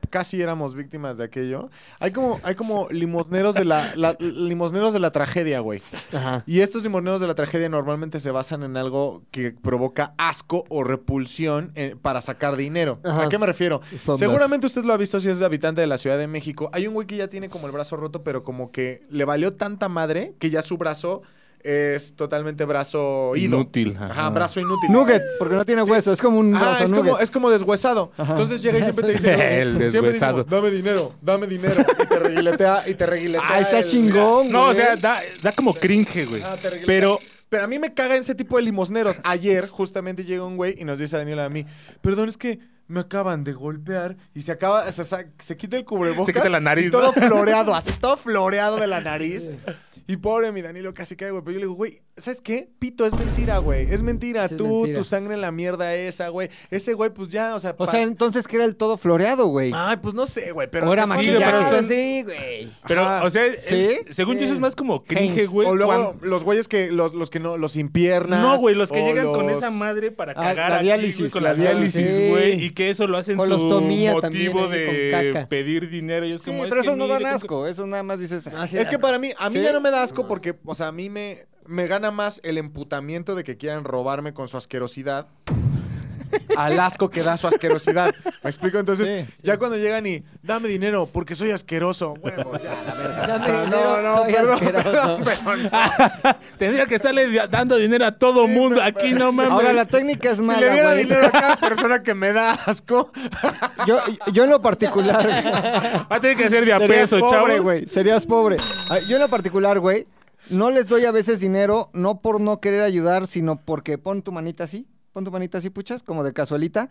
casi éramos víctimas de aquello. Hay como, hay como limosneros de la, la- limosneros de la tragedia, güey. Ajá. Y estos limoneros de la tragedia normalmente se basan en algo que provoca asco o repulsión eh, para sacar dinero. Ajá. ¿A qué me refiero? Son las- Seguramente usted lo ha visto si es habitante de la Ciudad de México. Hay un güey que ya tiene como el brazo roto, pero como que le valió tanta madre que ya su brazo es totalmente brazo ido. Inútil, Ajá, ajá. brazo inútil. Nugget, porque no tiene Sí. hueso, Ah, es como un Ajá, brazo es como, nugget. es como deshuesado. Entonces llega y siempre te [LAUGHS] dice: El siempre dice deshuesado. como, dame dinero, dame dinero. Y te reguiletea, y te reguiletea. Ah, está el- [LAUGHS] chingón, No, o güey. sea, da, da como cringe, güey. Ah, te reguilé. Pero Pero a mí me caga ese tipo de limosneros. Ayer justamente llega un güey y nos dice a Daniela a mí, perdón, es que me acaban de golpear y se acaba, se, sa- se quita el cubrebocas. Se quita la nariz, y todo ¿no? floreado, así todo floreado [LAUGHS] de la nariz. Y pobre mi Danilo casi cae, güey. Pero yo le digo, güey, ¿sabes qué? Pito, es mentira, güey. Es mentira. Sí, es Tú, mentira. tu sangre en la mierda esa, güey. Ese güey, pues ya, o sea... O pa- sea, entonces que era el todo floreado, güey. Ay, pues no sé, güey, pero... O era Sí, Sí, maquilla, pero ya, son- sí, güey. Pero, Ajá. o sea, ¿Sí? eh, según yo Sí. eso es más como cringe, Haynes. güey. o luego cuando- los güeyes que los, los que no los impiernas No, güey, los que o llegan con los- esa madre para Ah, cagar la aquí, güey, diálisis, con la la, diálisis. diálisis, güey, Sí. y que eso lo hacen su Colostomía motivo también, ahí, con de caca. pedir dinero y es Sí, como es pero que esos no mire, dan con- asco, esos nada más dices... No, sí, Es que para mí, a mí ¿Sí? ya no me da asco porque, o sea, a mí me, me gana más el emputamiento de que quieran robarme con su asquerosidad al asco que da su asquerosidad. ¿Me explico? Entonces, Sí, ya cuando llegan y, dame dinero porque soy asqueroso, huevos, ya, la verga. Dame O sea, dinero, soy perdón, [LAUGHS] asqueroso. Ah, perdón. Tendría que estarle di- dando dinero a todo Sí, mundo, pero- aquí no mames. Ahora la técnica es Si le mala, diera güey. dinero a cada persona que me da asco, Yo, yo en lo particular... Va a tener que ser de a Serías peso, pobre, chavos. güey. Serías pobre. Ah, Yo en lo particular, güey, no les doy a veces dinero, no por no querer ayudar, sino porque pon tu manita así, pon tu manita así, puchas, como de casualita.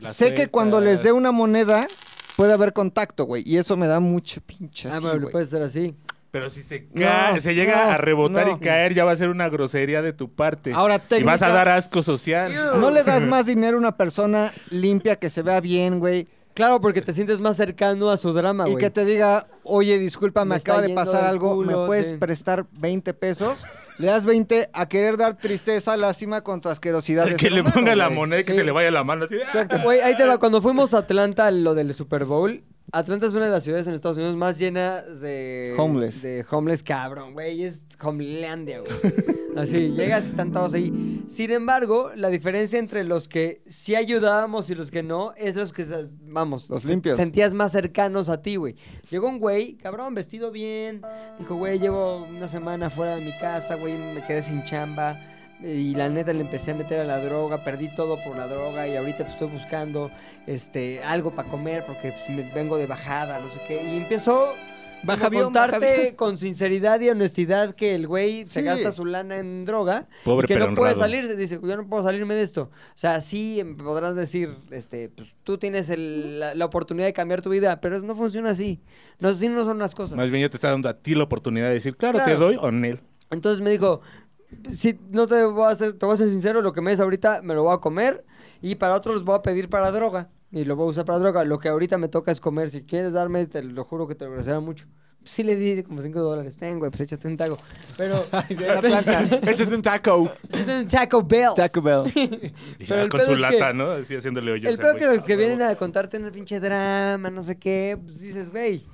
Las sé que cuando les dé tetas. una moneda puede haber contacto, güey, y eso me da mucho pinche Ah, así, pero güey. puede ser así. Pero si se cae, No, se llega no, a rebotar no. y caer, ya va a ser una grosería de tu parte. Ahora, Y vas técnica- a dar asco social. No le das más dinero a una persona limpia que se vea bien, güey, Claro, porque te sientes más cercano a su drama, y güey. que te diga, oye, disculpa, me, Me está acaba de yendo pasar del algo, ¿me culo, puedes sí. prestar 20 pesos? Le das 20 a querer dar tristeza, lástima con tu asquerosidad. de [LAUGHS] Que ser le humano, ponga la güey. moneda y que Sí. [LAUGHS] se le vaya la mano. Así, de, Güey, ahí te va. Cuando fuimos a Atlanta, lo del Super Bowl, Atlanta es una de las ciudades en Estados Unidos más llenas de... Homeless. De homeless, cabrón, güey. Es homelandia, güey. Así, llegas y están todos ahí. Sin embargo, la diferencia entre los que sí ayudábamos y los que no, es los que, se- vamos, Los se- limpios. sentías más cercanos a ti, güey. Llegó un güey, cabrón, vestido bien. Dijo, güey, llevo una semana fuera de mi casa, güey, me quedé sin chamba. Y la neta le empecé a meter a la droga, perdí todo por la droga y ahorita pues, estoy buscando este, algo para comer porque pues, me- vengo de bajada, no sé qué. Y empezó Baja Baja avión, baja contarte avión. con sinceridad y honestidad que el güey se Sí. gasta su lana en droga Pobre y que pero no puede honrado. salirse. Dice, yo no puedo salirme de esto. O sea, sí em, podrás decir, este, pues tú tienes el- la, la oportunidad de cambiar tu vida, pero no funciona así. No, así no son las cosas. Más bien yo te está dando a ti la oportunidad de decir, claro, te Claro. doy o Nel. Entonces me dijo, si no te voy a hacer, te voy a ser sincero, lo que me des ahorita me lo voy a comer y para otros voy a pedir para droga y lo voy a usar para droga. Lo que ahorita me toca es comer. Si quieres darme, te lo juro que te lo agradecerá mucho. Sí le di como 5 dólares. Ten, güey, pues échate un taco. Pero... Échate un taco. échate un Taco Bell. Taco Bell. Y Pero ya el "Ah, con su pedo es que- lata, ¿no? Así haciéndole hoyos. El al peor güey. que los Ah, que huevo. vienen a contarte en el pinche drama, no sé qué, pues dices, güey.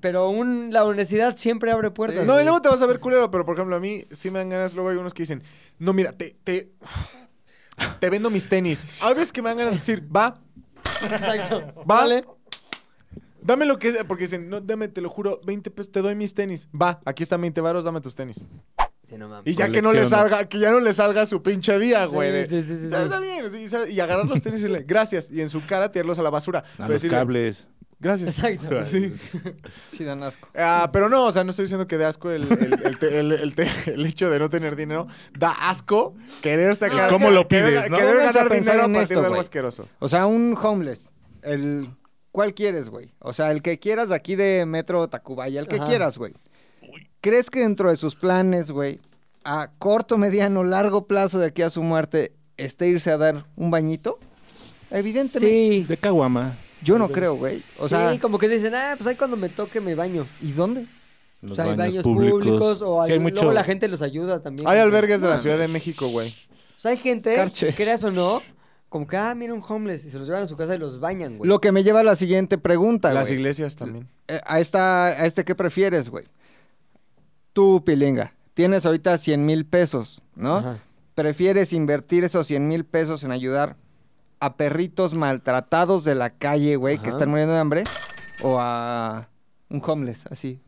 Pero un, la honestidad siempre abre puertas. No, y güey. luego te vas a ver culero, pero por ejemplo, a mí sí me dan ganas. Luego hay unos que dicen, no, mira, te, te, te vendo mis tenis. Hay veces que me dan ganas de decir, va, [LAUGHS] Exacto. Va. Vale. dame lo que sea, porque dicen, no, dame, te lo juro, 20 pesos, te doy mis tenis. Va, aquí están 20 varos, dame tus tenis. Sí, no mames. Y ya que no le Colecciono. salga, que ya no le salga su pinche día, Sí, güey. de- sí, sí, sí, Está, sí. está bien, sí, ¿sabes? y agarrar los tenis y le, gracias. Y en su cara tirarlos a pues la basura. A Pero los decirle, cables. Gracias. Exacto. [LAUGHS] Sí. Sí, dan asco. Ah, pero no, o sea, no estoy diciendo que dé asco el, el- el te- el- el te- [LAUGHS] el hecho de no tener dinero. Da asco querer sacar. ¿Cómo lo querer- pides, no? Querer Pónganse a ganar pensar dinero a en partir esto, de algo güey. asqueroso. O sea, un homeless. El... ¿Cuál quieres, güey? O sea, el que quieras de aquí de Metro Tacubaya, el que Ajá. quieras, güey. ¿Crees que dentro de sus planes, güey, a corto, mediano, largo plazo de aquí a su muerte, esté irse a dar un bañito? Evidentemente. Sí. De caguama. Yo no creo, güey. O sea, sí, como que dicen, ah, pues ahí cuando me toque me baño. ¿y dónde? Los o sea, pues hay baños baños públicos, o Sí, hay algo- mucho- luego la gente los ayuda también. Hay como que- albergues de la Ciudad de México, güey. O sea, hay gente, Carche. creas o no, como que, ah, mira un homeless, y se los llevan a su casa y los bañan, güey. Lo que me lleva a la siguiente pregunta, Las güey. iglesias también. Eh, a, esta, a este, ¿qué prefieres, güey? Tú, Pilinga, tienes ahorita 100 mil pesos, ¿no? Ajá. ¿Prefieres invertir esos 100 mil pesos en ayudar a perritos maltratados de la calle, güey, que Ajá. están muriendo de hambre? ¿O a un homeless, así?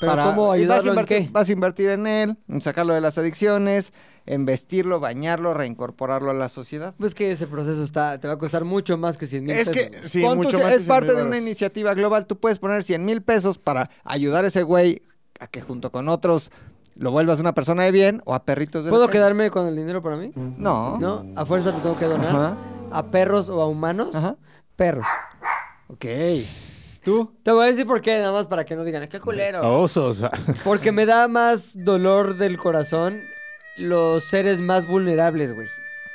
Pero Para- ¿cómo y vas a ayudarlo en invertir- qué? Vas a invertir en él, en sacarlo de las adicciones, en vestirlo, bañarlo, reincorporarlo a la sociedad. Pues que ese proceso está, te va a costar mucho más que 100 mil Es pesos. que, sí, Pon mucho tus- más. es parte de una iniciativa. iniciativa global. Tú puedes poner 100 mil pesos para ayudar a ese güey a que junto con otros lo vuelvas una persona de bien o a perritos de la ¿Puedo calle. quedarme con el dinero para mí? No. ¿No? ¿A fuerza lo tengo que donar? Ajá. ¿A perros o a humanos? Ajá. Perros. Ok. ¿Tú? Te voy a decir por qué, nada más para que no digan, qué culero. A osos. Porque me da más dolor del corazón los seres más vulnerables, güey.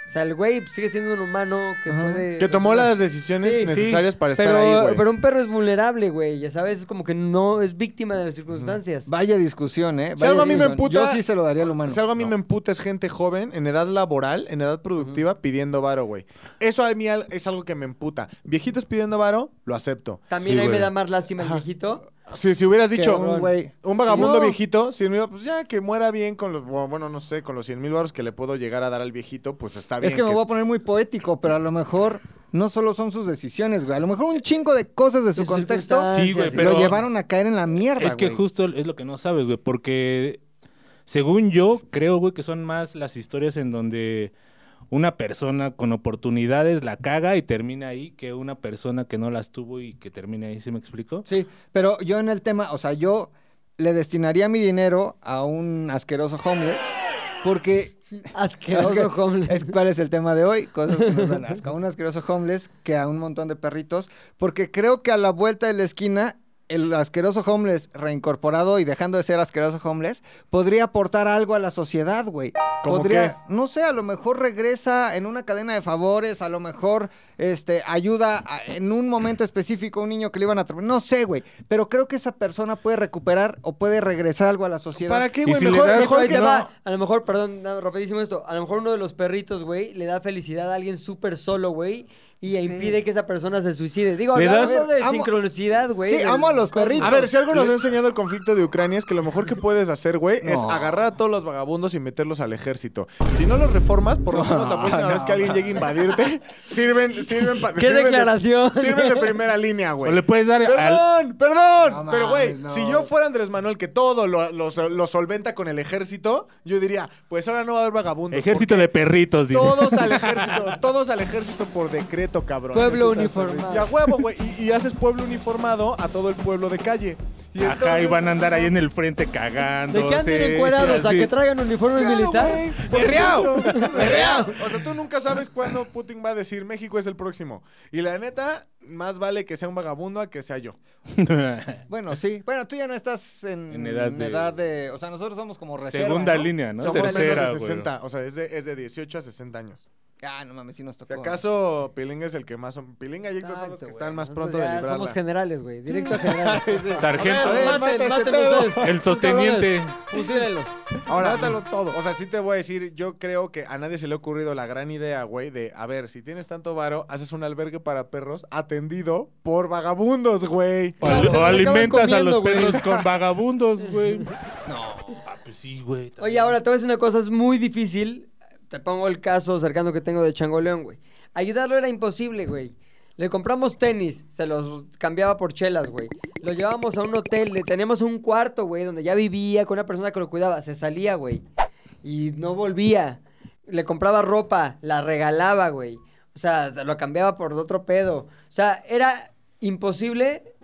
O sea, el güey sigue siendo un humano que Ajá. puede... Que tomó las decisiones Sí, sí. necesarias para estar pero, ahí, güey. pero un perro es vulnerable, güey. Ya sabes, es como que no es víctima de las circunstancias. Vaya discusión, ¿eh? Si Vaya algo a mí me discusión. emputa- Yo sí se lo daría al humano. Si algo a mí No. me emputa es gente joven, en edad laboral, en edad productiva, pidiendo varo, güey. Eso a mí al- es algo que me emputa. Viejitos pidiendo varo, lo acepto. También Sí, ahí güey. me da más lástima el viejito. Si, si hubieras Que dicho, un güey- un vagabundo Sí, no. viejito, si no iba, pues ya que muera bien con los, bueno, bueno, no sé, con los 100 mil baros que le puedo llegar a dar al viejito, pues está bien. Es que me voy a poner muy poético, pero a lo mejor no solo son sus decisiones, güey. A lo mejor un chingo de cosas de su Sus contexto circunstancias, Sí, güey, sí. pero- lo llevaron a caer en la mierda, Es que güey. justo es lo que no sabes, güey, porque según yo, creo, güey, que son más las historias en donde una persona con oportunidades la caga y termina ahí que una persona que no las tuvo y que termina ahí, ¿sí me explico? Sí, pero yo en el tema, o sea, yo le destinaría mi dinero a un asqueroso homeless porque Asqueroso es que- homeless. es cuál es el tema de hoy, cosas que nos dan [LAUGHS] asco, a un asqueroso homeless que a un montón de perritos, porque creo que a la vuelta de la esquina el asqueroso homeless reincorporado y dejando de ser asqueroso homeless podría aportar algo a la sociedad, güey. ¿Cómo podría, no sé, a lo mejor regresa en una cadena de favores, a lo mejor este ayuda a- en un momento específico a un niño que le iban a atropellar, no sé, güey, pero creo que esa persona puede recuperar o puede regresar algo a la sociedad. ¿Para qué, Y güey? si le mejor, das- Pero mejor ahí que te no. va. A lo mejor, perdón, nada, rapidísimo esto. A lo mejor uno de los perritos, güey, le da felicidad a alguien súper solo, güey, y impide que esa persona se suicide. Digo, Le hablando das- de amo- sincronicidad, güey. Sí, del- amo a los con- perritos. A ver, si algo nos ha enseñado el conflicto de Ucrania es que lo mejor que puedes hacer, güey, es No. agarrar a todos los vagabundos y meterlos al ejército. Si no los reformas, por lo menos la próxima vez que alguien llegue a invadirte, sirven, sirven para. ¡Qué declaración! sirven de primera línea, güey. O le puedes dar al... Perdón, perdón. No pero, güey, mames, no. si yo fuera Andrés Manuel, que todo lo, lo sol- lo solventa con el ejército, yo diría, pues ahora no va a haber vagabundos. Ejército de perritos, dice. Todos al ejército, todos al ejército por decreto, cabrón. Pueblo Y a uniformado. huevo, güey. Y, y haces pueblo uniformado a todo el pueblo de calle. Y Ajá, y entonces- van a andar ahí en el frente cagando. ¿De qué anden encuerados? ¿A que traigan uniforme Claro, militar? Pues güey, por supuesto. [LAUGHS] O sea, tú nunca sabes cuándo Putin va a decir México es el próximo. Y la neta, más vale que sea un vagabundo a que sea yo. Bueno, sí. Bueno, tú ya no estás en, En edad de- edad de- O sea, nosotros somos como reserva, Segunda ¿no? línea, Ah, ¿no? Somos Tercera, menos de güey. 60. O sea, es de, es de 18 a 60 años. Ah, no mames, sí nos Si tocó. acaso Pilinga es el que más son. Pilinga y Héctor son los que Exacto, están güey. más Nosotros pronto de ya librarla. Somos generales, güey. [LAUGHS] Directo a generales. Sargento. eh. A ver, Mata maten, este maten pedo. ustedes. El sosteniente. Futírenlos. Ahora, dátalo todo. O sea, sí te voy a decir, yo creo que a nadie se le ha ocurrido la gran idea, güey, de, a ver, si tienes tanto varo, haces un albergue para perros atendido por vagabundos, güey. O, Claro, al- se o lo acaban alimentas a los comiendo, güey. perros con vagabundos, güey. No. Ah, pues sí, güey. Oye, ahora te voy a decir una cosa, es muy difícil. Te pongo el caso cercano que tengo de Changoleón, güey. Ayudarlo era imposible, güey. Le compramos tenis, se los cambiaba por chelas, güey. Lo llevábamos a un hotel, le teníamos un cuarto, güey, donde ya vivía con una persona que lo cuidaba. Se salía, güey. Y no volvía. Le compraba ropa, la regalaba, güey. O sea, se lo cambiaba por otro pedo. O sea, era imposible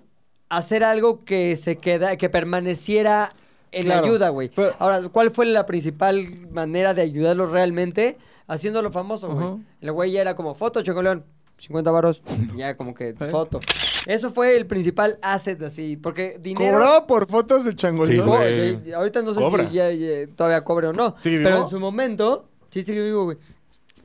hacer algo que se queda, que permaneciera en Claro. ayuda, güey. Pero- Ahora, ¿cuál fue la principal manera de ayudarlo realmente? Haciéndolo famoso, güey. El güey ya era como foto, chocoleón. 50 varos. Ya como que foto. Eso fue el principal asset, así. Porque dinero. Cobrado por fotos de changolín. Sí, Co- güey. ya- ahorita no sé Cobra. si ya, ya todavía cobre o no. ¿Sigue pero vivo? en su momento. Sí, sigue vivo, güey.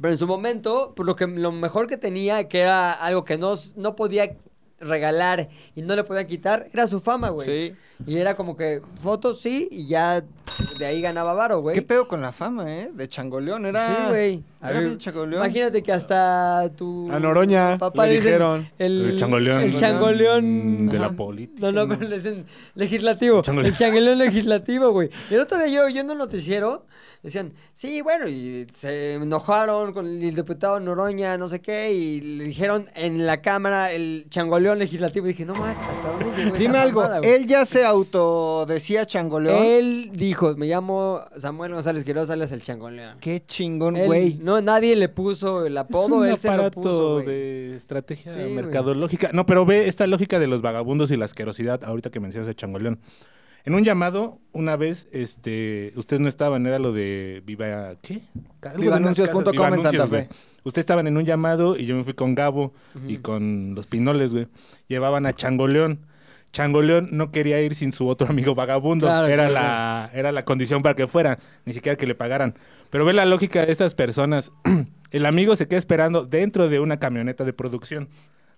Pero en su momento, pues, lo, que, lo mejor que tenía, que era algo que no, s- no podía regalar y no le podía quitar, era su fama, güey. Sí. Y era como que fotos sí, y ya de ahí ganaba varo, güey. Qué pedo con la fama, ¿eh? De Changoleón, era. Sí, güey. era A ver, bien Changoleón. Imagínate que hasta tu A Noroña dicen le dijeron. el, El changoleón. Mm, el changoleón De la Ajá. política. No, no, pero le dicen legislativo. changoleón. El changoleón legislativo, güey. Y El otro día yo oyendo el noticiero, decían, sí, bueno, y se enojaron con el diputado Noroña, no sé qué, y le dijeron en la Cámara el changoleón legislativo. Y dije, no más, ¿hasta dónde llegó esta Dime algo, mamada, güey?" él ya se autodecía Changoleón. Él dijo, me llamo Samuel González Quiroz, alias el changoleón. Qué chingón, Él- güey. No, nadie le puso el Es un apodo, él se lo aparato puso. güey. de estrategia Sí, güey. mercadológica. No, pero ve esta lógica de los vagabundos y la asquerosidad ahorita que mencionas a Changoleón. En un llamado, una vez, este, ustedes no estaban, era lo de Viva, ¿qué? Algo de unas Anuncios punto casas, Viva com en Santa Anuncios, Fe. güey. Ustedes estaban en un llamado y yo me fui con Gabo y con los Pinoles, güey. Llevaban a Changoleón. Changoleón no quería ir sin su otro amigo vagabundo. Claro, era, claro. la, era la condición para que fuera, ni siquiera que le pagaran. Pero ve la lógica de estas personas. [CLEARS THROAT] El amigo se queda esperando dentro de una camioneta de producción.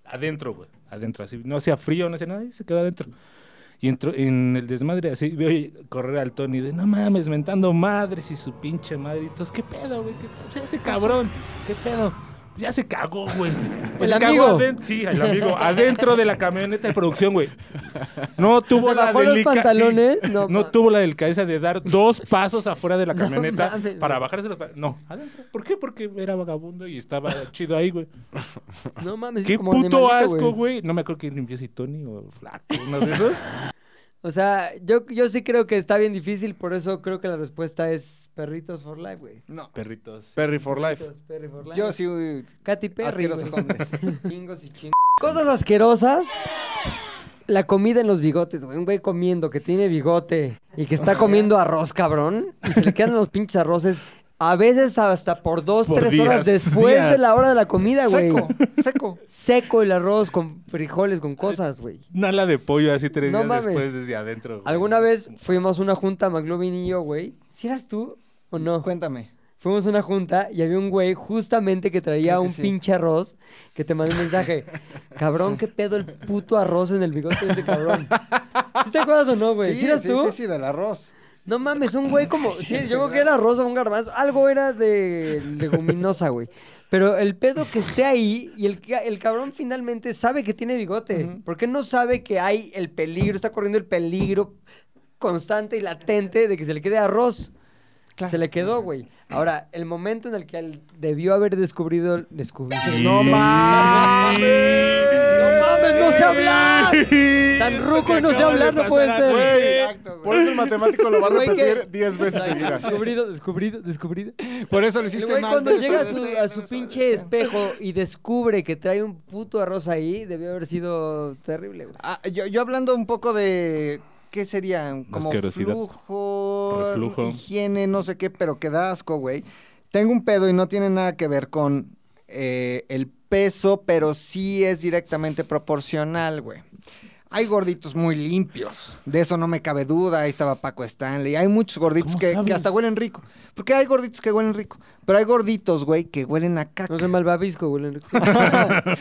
Adentro, güey. Adentro, así. No hacía frío, no hacía nada, y se quedó adentro. Y entró en el desmadre así, veo y- correr al Tony de, no mames, mentando madres y su pinche madritos. ¿Qué pedo, güey? ¿Qué pedo? O sea, Ese cabrón, ¿qué pedo? Pues Ya se cagó, güey. ¿El se amigo? Cagó aden- sí, el amigo. adentro de la camioneta de producción, güey. No tuvo Se la bajó los delica- pantalones, sí. no, no ma- tuvo la delicadeza de dar dos pasos afuera de [LAUGHS] la No camioneta mames, güey. para bajarse los pa- No, adentro. ¿Por qué? Porque era vagabundo y estaba chido ahí, güey. No mames, Qué como puto animalito, asco, güey. No me acuerdo quién limpió si Tony o Flaco, uno [LAUGHS] de esos. O sea, yo, yo sí creo que está bien difícil, por eso creo que la respuesta es perritos for life, güey. No, Perritos. Perry for life. Perritos, Perry for life. yo sí. güey. Katy Perry, Asquerosos güey. [LAUGHS] Chingos y chingos. Cosas asquerosas. La comida en los bigotes, güey. Un güey comiendo que tiene bigote y que [LAUGHS] está comiendo arroz, cabrón. Y se le quedan los pinches arroces. A veces hasta por dos, Por tres horas días, después días. de la hora de la comida, güey. Seco, seco. Seco el arroz con frijoles, con cosas, güey. Una ala de pollo así tres No días mames. después desde adentro. güey. Alguna vez fuimos a una junta, McLovin y yo, güey. ¿Si eras tú o no? Cuéntame. Fuimos a una junta y había un güey justamente que traía Creo que un sí. pinche arroz que te mandó un [LAUGHS] mensaje. Cabrón, qué pedo el puto arroz en el bigote de este cabrón. ¿Sí te acuerdas o no, güey? ¿Sí, eras sí, tú? sí, sí, del arroz. No mames, un güey como. Sí, yo creo que era rosa, un garbanzo. Algo era de leguminosa, güey. Pero el pedo que esté ahí y el, ca- el cabrón finalmente sabe que tiene bigote. Porque no sabe que hay el peligro, está corriendo el peligro constante y latente de que se le quede arroz. Claro. Se le quedó, güey. Ahora, el momento en el que él debió haber descubrido. Descubrido. ¡No mames! mames, no sé hablar! Tan ruco y no sé hablar, no puede ser. Exacto, güey. Por eso el matemático lo va a Güey, que- repetir 10 veces seguidas. Descubrido, descubrido, descubrido. Por eso El lo hiciste güey mal. cuando por llega a eso su, lo a sé, su por eso pinche lo sé. espejo y descubre que trae un puto arroz ahí, debió haber sido terrible, güey. Ah, yo, yo hablando un poco de ¿Qué serían? Como Asquerosidad. flujo, Reflujo. higiene, no sé qué, pero que da asco, güey. Tengo un pedo y no tiene nada que ver con eh, el peso, pero sí es directamente proporcional, güey. Hay gorditos muy limpios, de eso no me cabe duda, ahí estaba Paco Stanley. Hay muchos gorditos ¿Cómo que, que sabes? hasta huelen rico, porque hay gorditos que huelen rico, pero hay gorditos, güey, que huelen a caca. [LAUGHS] No se malvavisco, güey. Enrique.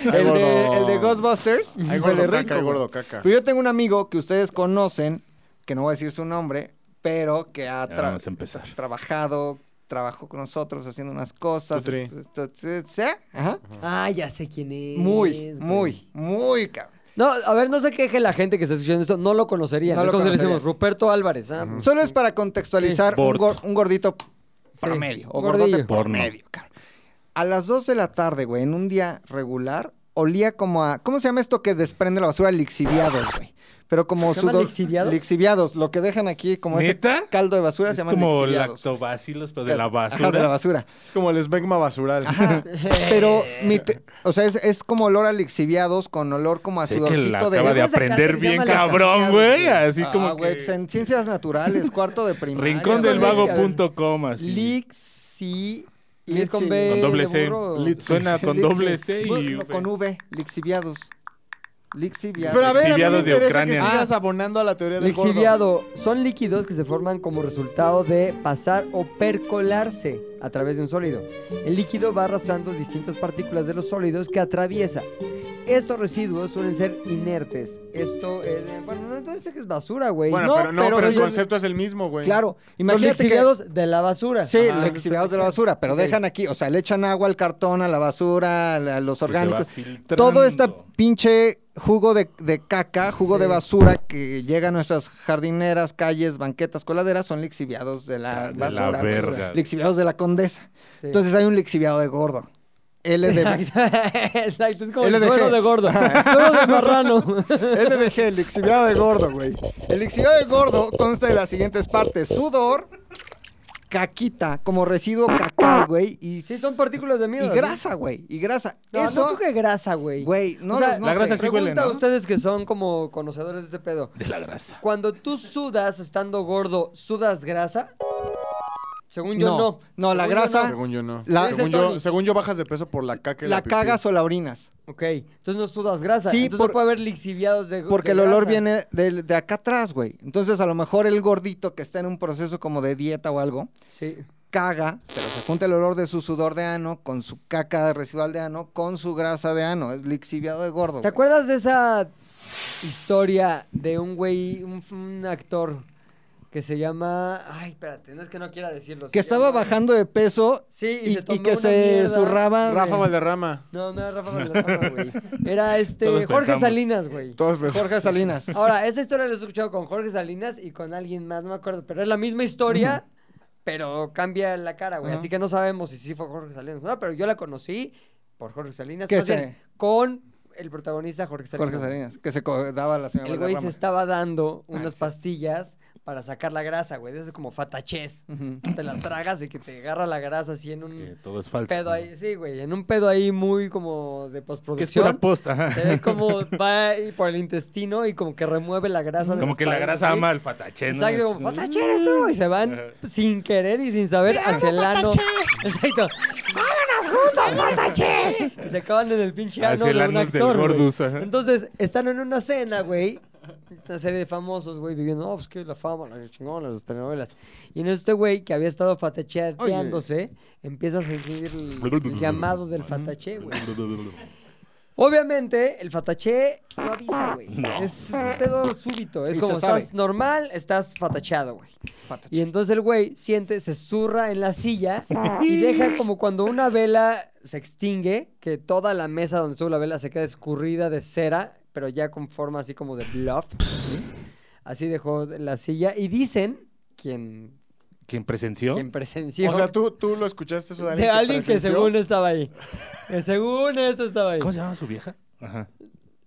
el, de, el de Ghostbusters, huele Hay gordo rico, caca, hay güey. gordo Ah. caca. Pero yo tengo un amigo que ustedes conocen, que no voy a decir su nombre, pero que ha Ya tra- vamos a empezar. trabajado, trabajó con nosotros haciendo unas cosas. Tutri. es- esto- es- ¿sí? Ajá. [LAUGHS] Ah, ya sé quién es. Muy, güey. muy, muy cabrón. No, a ver, no se queje la gente que está escuchando esto. No lo conocería. No No lo decimos conocería. Ruperto Álvarez. ah, pues, Solo es para contextualizar Sí. un, Bort. gor- un gordito sí. promedio o Gordillo. gordote Porno. promedio, cabrón. A las 2 de la tarde, güey, en un día regular, olía como a. ¿Cómo se llama esto que desprende la basura? Lixiviados, güey. Pero como ¿Se llama sudor. lixiviados? Lixiviados, lo que dejan aquí como ¿Neta? ese caldo de basura se Es llama como lixiviados. lactobacilos, pero de la Ajá, de la basura. [LAUGHS] basura. Es como el esmegma basural. Ajá. Pero, mi te- o sea, es, es como olor a lixiviados con olor como a Sé que la sudorcito de... acaba de Además, acá aprender se bien llama la cabrón, familia, güey. güey. Ah, Así Ah, como güey, que... pues en ciencias naturales, cuarto de primaria. Rincón del güey. vago A ver. punto com, así. Lixi. y es Lixi. con B. Con doble de C. burro. Lit- Suena [LAUGHS] con doble C y... Bueno, Con V, lixiviados. Lixiviados. Pero a ver, a mí me Lixiviados de interesa Ucrania. que Ah. sigas abonando a la teoría del gordo. Lixiviado. Son líquidos que se forman como resultado de pasar o percolarse a través de un sólido. El líquido va arrastrando distintas partículas de los sólidos que atraviesa. Estos residuos suelen ser inertes. Esto, es, bueno, no, no sé qué es basura, güey. Bueno, No, pero no, pero pero, el yo- concepto es el mismo, güey. Claro, Los imagínate que... lixiviados de la basura. Sí, Ajá, lixiviados de la basura, pero Ok. dejan aquí, o sea, le echan agua al cartón, a la basura, a la- a Pues los se va orgánicos. filtrando. Todo este pinche jugo de, de caca, jugo de basura que llega a nuestras jardineras, calles, banquetas, coladeras, son lixiviados de De la la basura. güey. verga. Lixiviados de la condesa. Sí. [LAUGHS] Entonces hay un lixiviado de gordo. [LAUGHS] LDB. Exacto, es como el LDG. suelo de [LAUGHS] gordo. suelo de marrano. [LAUGHS] LDG, el lixiviado de gordo, güey. El lixiviado de gordo consta de las siguientes partes. Sudor, caquita, como residuo caca, güey. Y, Sí, son partículas de mierda. y ¿no? grasa, güey. Y grasa. No, Eso, no creo que grasa, güey. güey, no, O sea, los- no la sé. grasa sí huele, Pregunta a ¿no? ustedes que son como conocedores de este pedo. De la grasa. Cuando tú sudas estando gordo, ¿sudas grasa? Según yo, no. No, no, la Según yo, grasa- Según yo no. La- según, Dice Tony. yo, según yo bajas de peso por la caca y la, La pipí. cagas o la orinas. Ok, entonces no sudas grasa. Sí, entonces por- no puede haber lixiviados de Porque de el olor grasa. viene de, de acá atrás, güey. Entonces, a lo mejor el gordito que está en un proceso como de dieta o algo, Sí. caga, pero se junta el olor de su sudor de ano con su caca residual de ano, con su grasa de ano. Es lixiviado de gordo. ¿Te güey. acuerdas de esa historia de un güey, un, un actor que se llama... Ay, espérate, no es que no quiera decirlo. se Que estaba llama- bajando de peso Sí, y, y, se y tomó que una se mierda. zurraba. de- Rafa Valderrama. No, no era Rafa Valderrama, güey. Era este [LAUGHS] Todos Jorge pensamos. Salinas, güey. Todos ves- Jorge Salinas. Ahora, esa historia la he escuchado con Jorge Salinas y con alguien más, no me acuerdo, pero es la misma historia, pero cambia la cara, güey. Ajá. Así que no sabemos si sí fue Jorge Salinas o no, pero yo la conocí por Jorge Salinas, ¿Qué más sé? bien, con el protagonista Jorge Salinas. [LAUGHS] Jorge Salinas, que se co- daba a la señora El güey se Valderrama. estaba dando unas sí. pastillas para sacar la grasa, güey. Eso es como fatachés. [LAUGHS] Ujú. Te la tragas y que te agarra la grasa así en un Que todo es falso. Mm. pedo ¿no? ahí. Sí, güey, en un pedo ahí muy como de Que es pura postproducción. posta. ajá. Se ve como va ahí por el intestino y como que remueve la grasa. de Como las que la paredes, grasa ¿sí? ama al fataché, ¿no? Exacto, como, "Fatache eres tú", Y se van Ajá. sin querer y sin saber hacia el ano. [LAUGHS] Exacto. ¡Vámonos juntos, Fatache! Y se acaban en el pinche ano Hacia Ah, el de un anus del actor, güey. gordus, ajá. Entonces, están en una cena, güey. Una serie de famosos, güey, viviendo, no, pues que la fama, la chingona, las telenovelas. Y en este güey que había estado fatacheándose, empieza a sentir el, [LAUGHS] el llamado del fatache, güey. Obviamente, el fataché no avisa, güey. Es un pedo súbito. Es Y como se sabe. estás normal, estás fatachado, güey. Fatache. Y entonces el güey siente, se zurra en la silla y deja como cuando una vela se extingue, que toda la mesa donde estuvo la vela se queda escurrida de cera, pero ya con forma así como de bluff. Así dejó la silla. Y dicen, quien, ¿Quién presenció? quien presenció, O sea, tú, tú lo escuchaste eso de alguien, de alguien que presenció? según estaba ahí. Que según esto estaba ahí. ¿Cómo se llama su vieja? Ajá.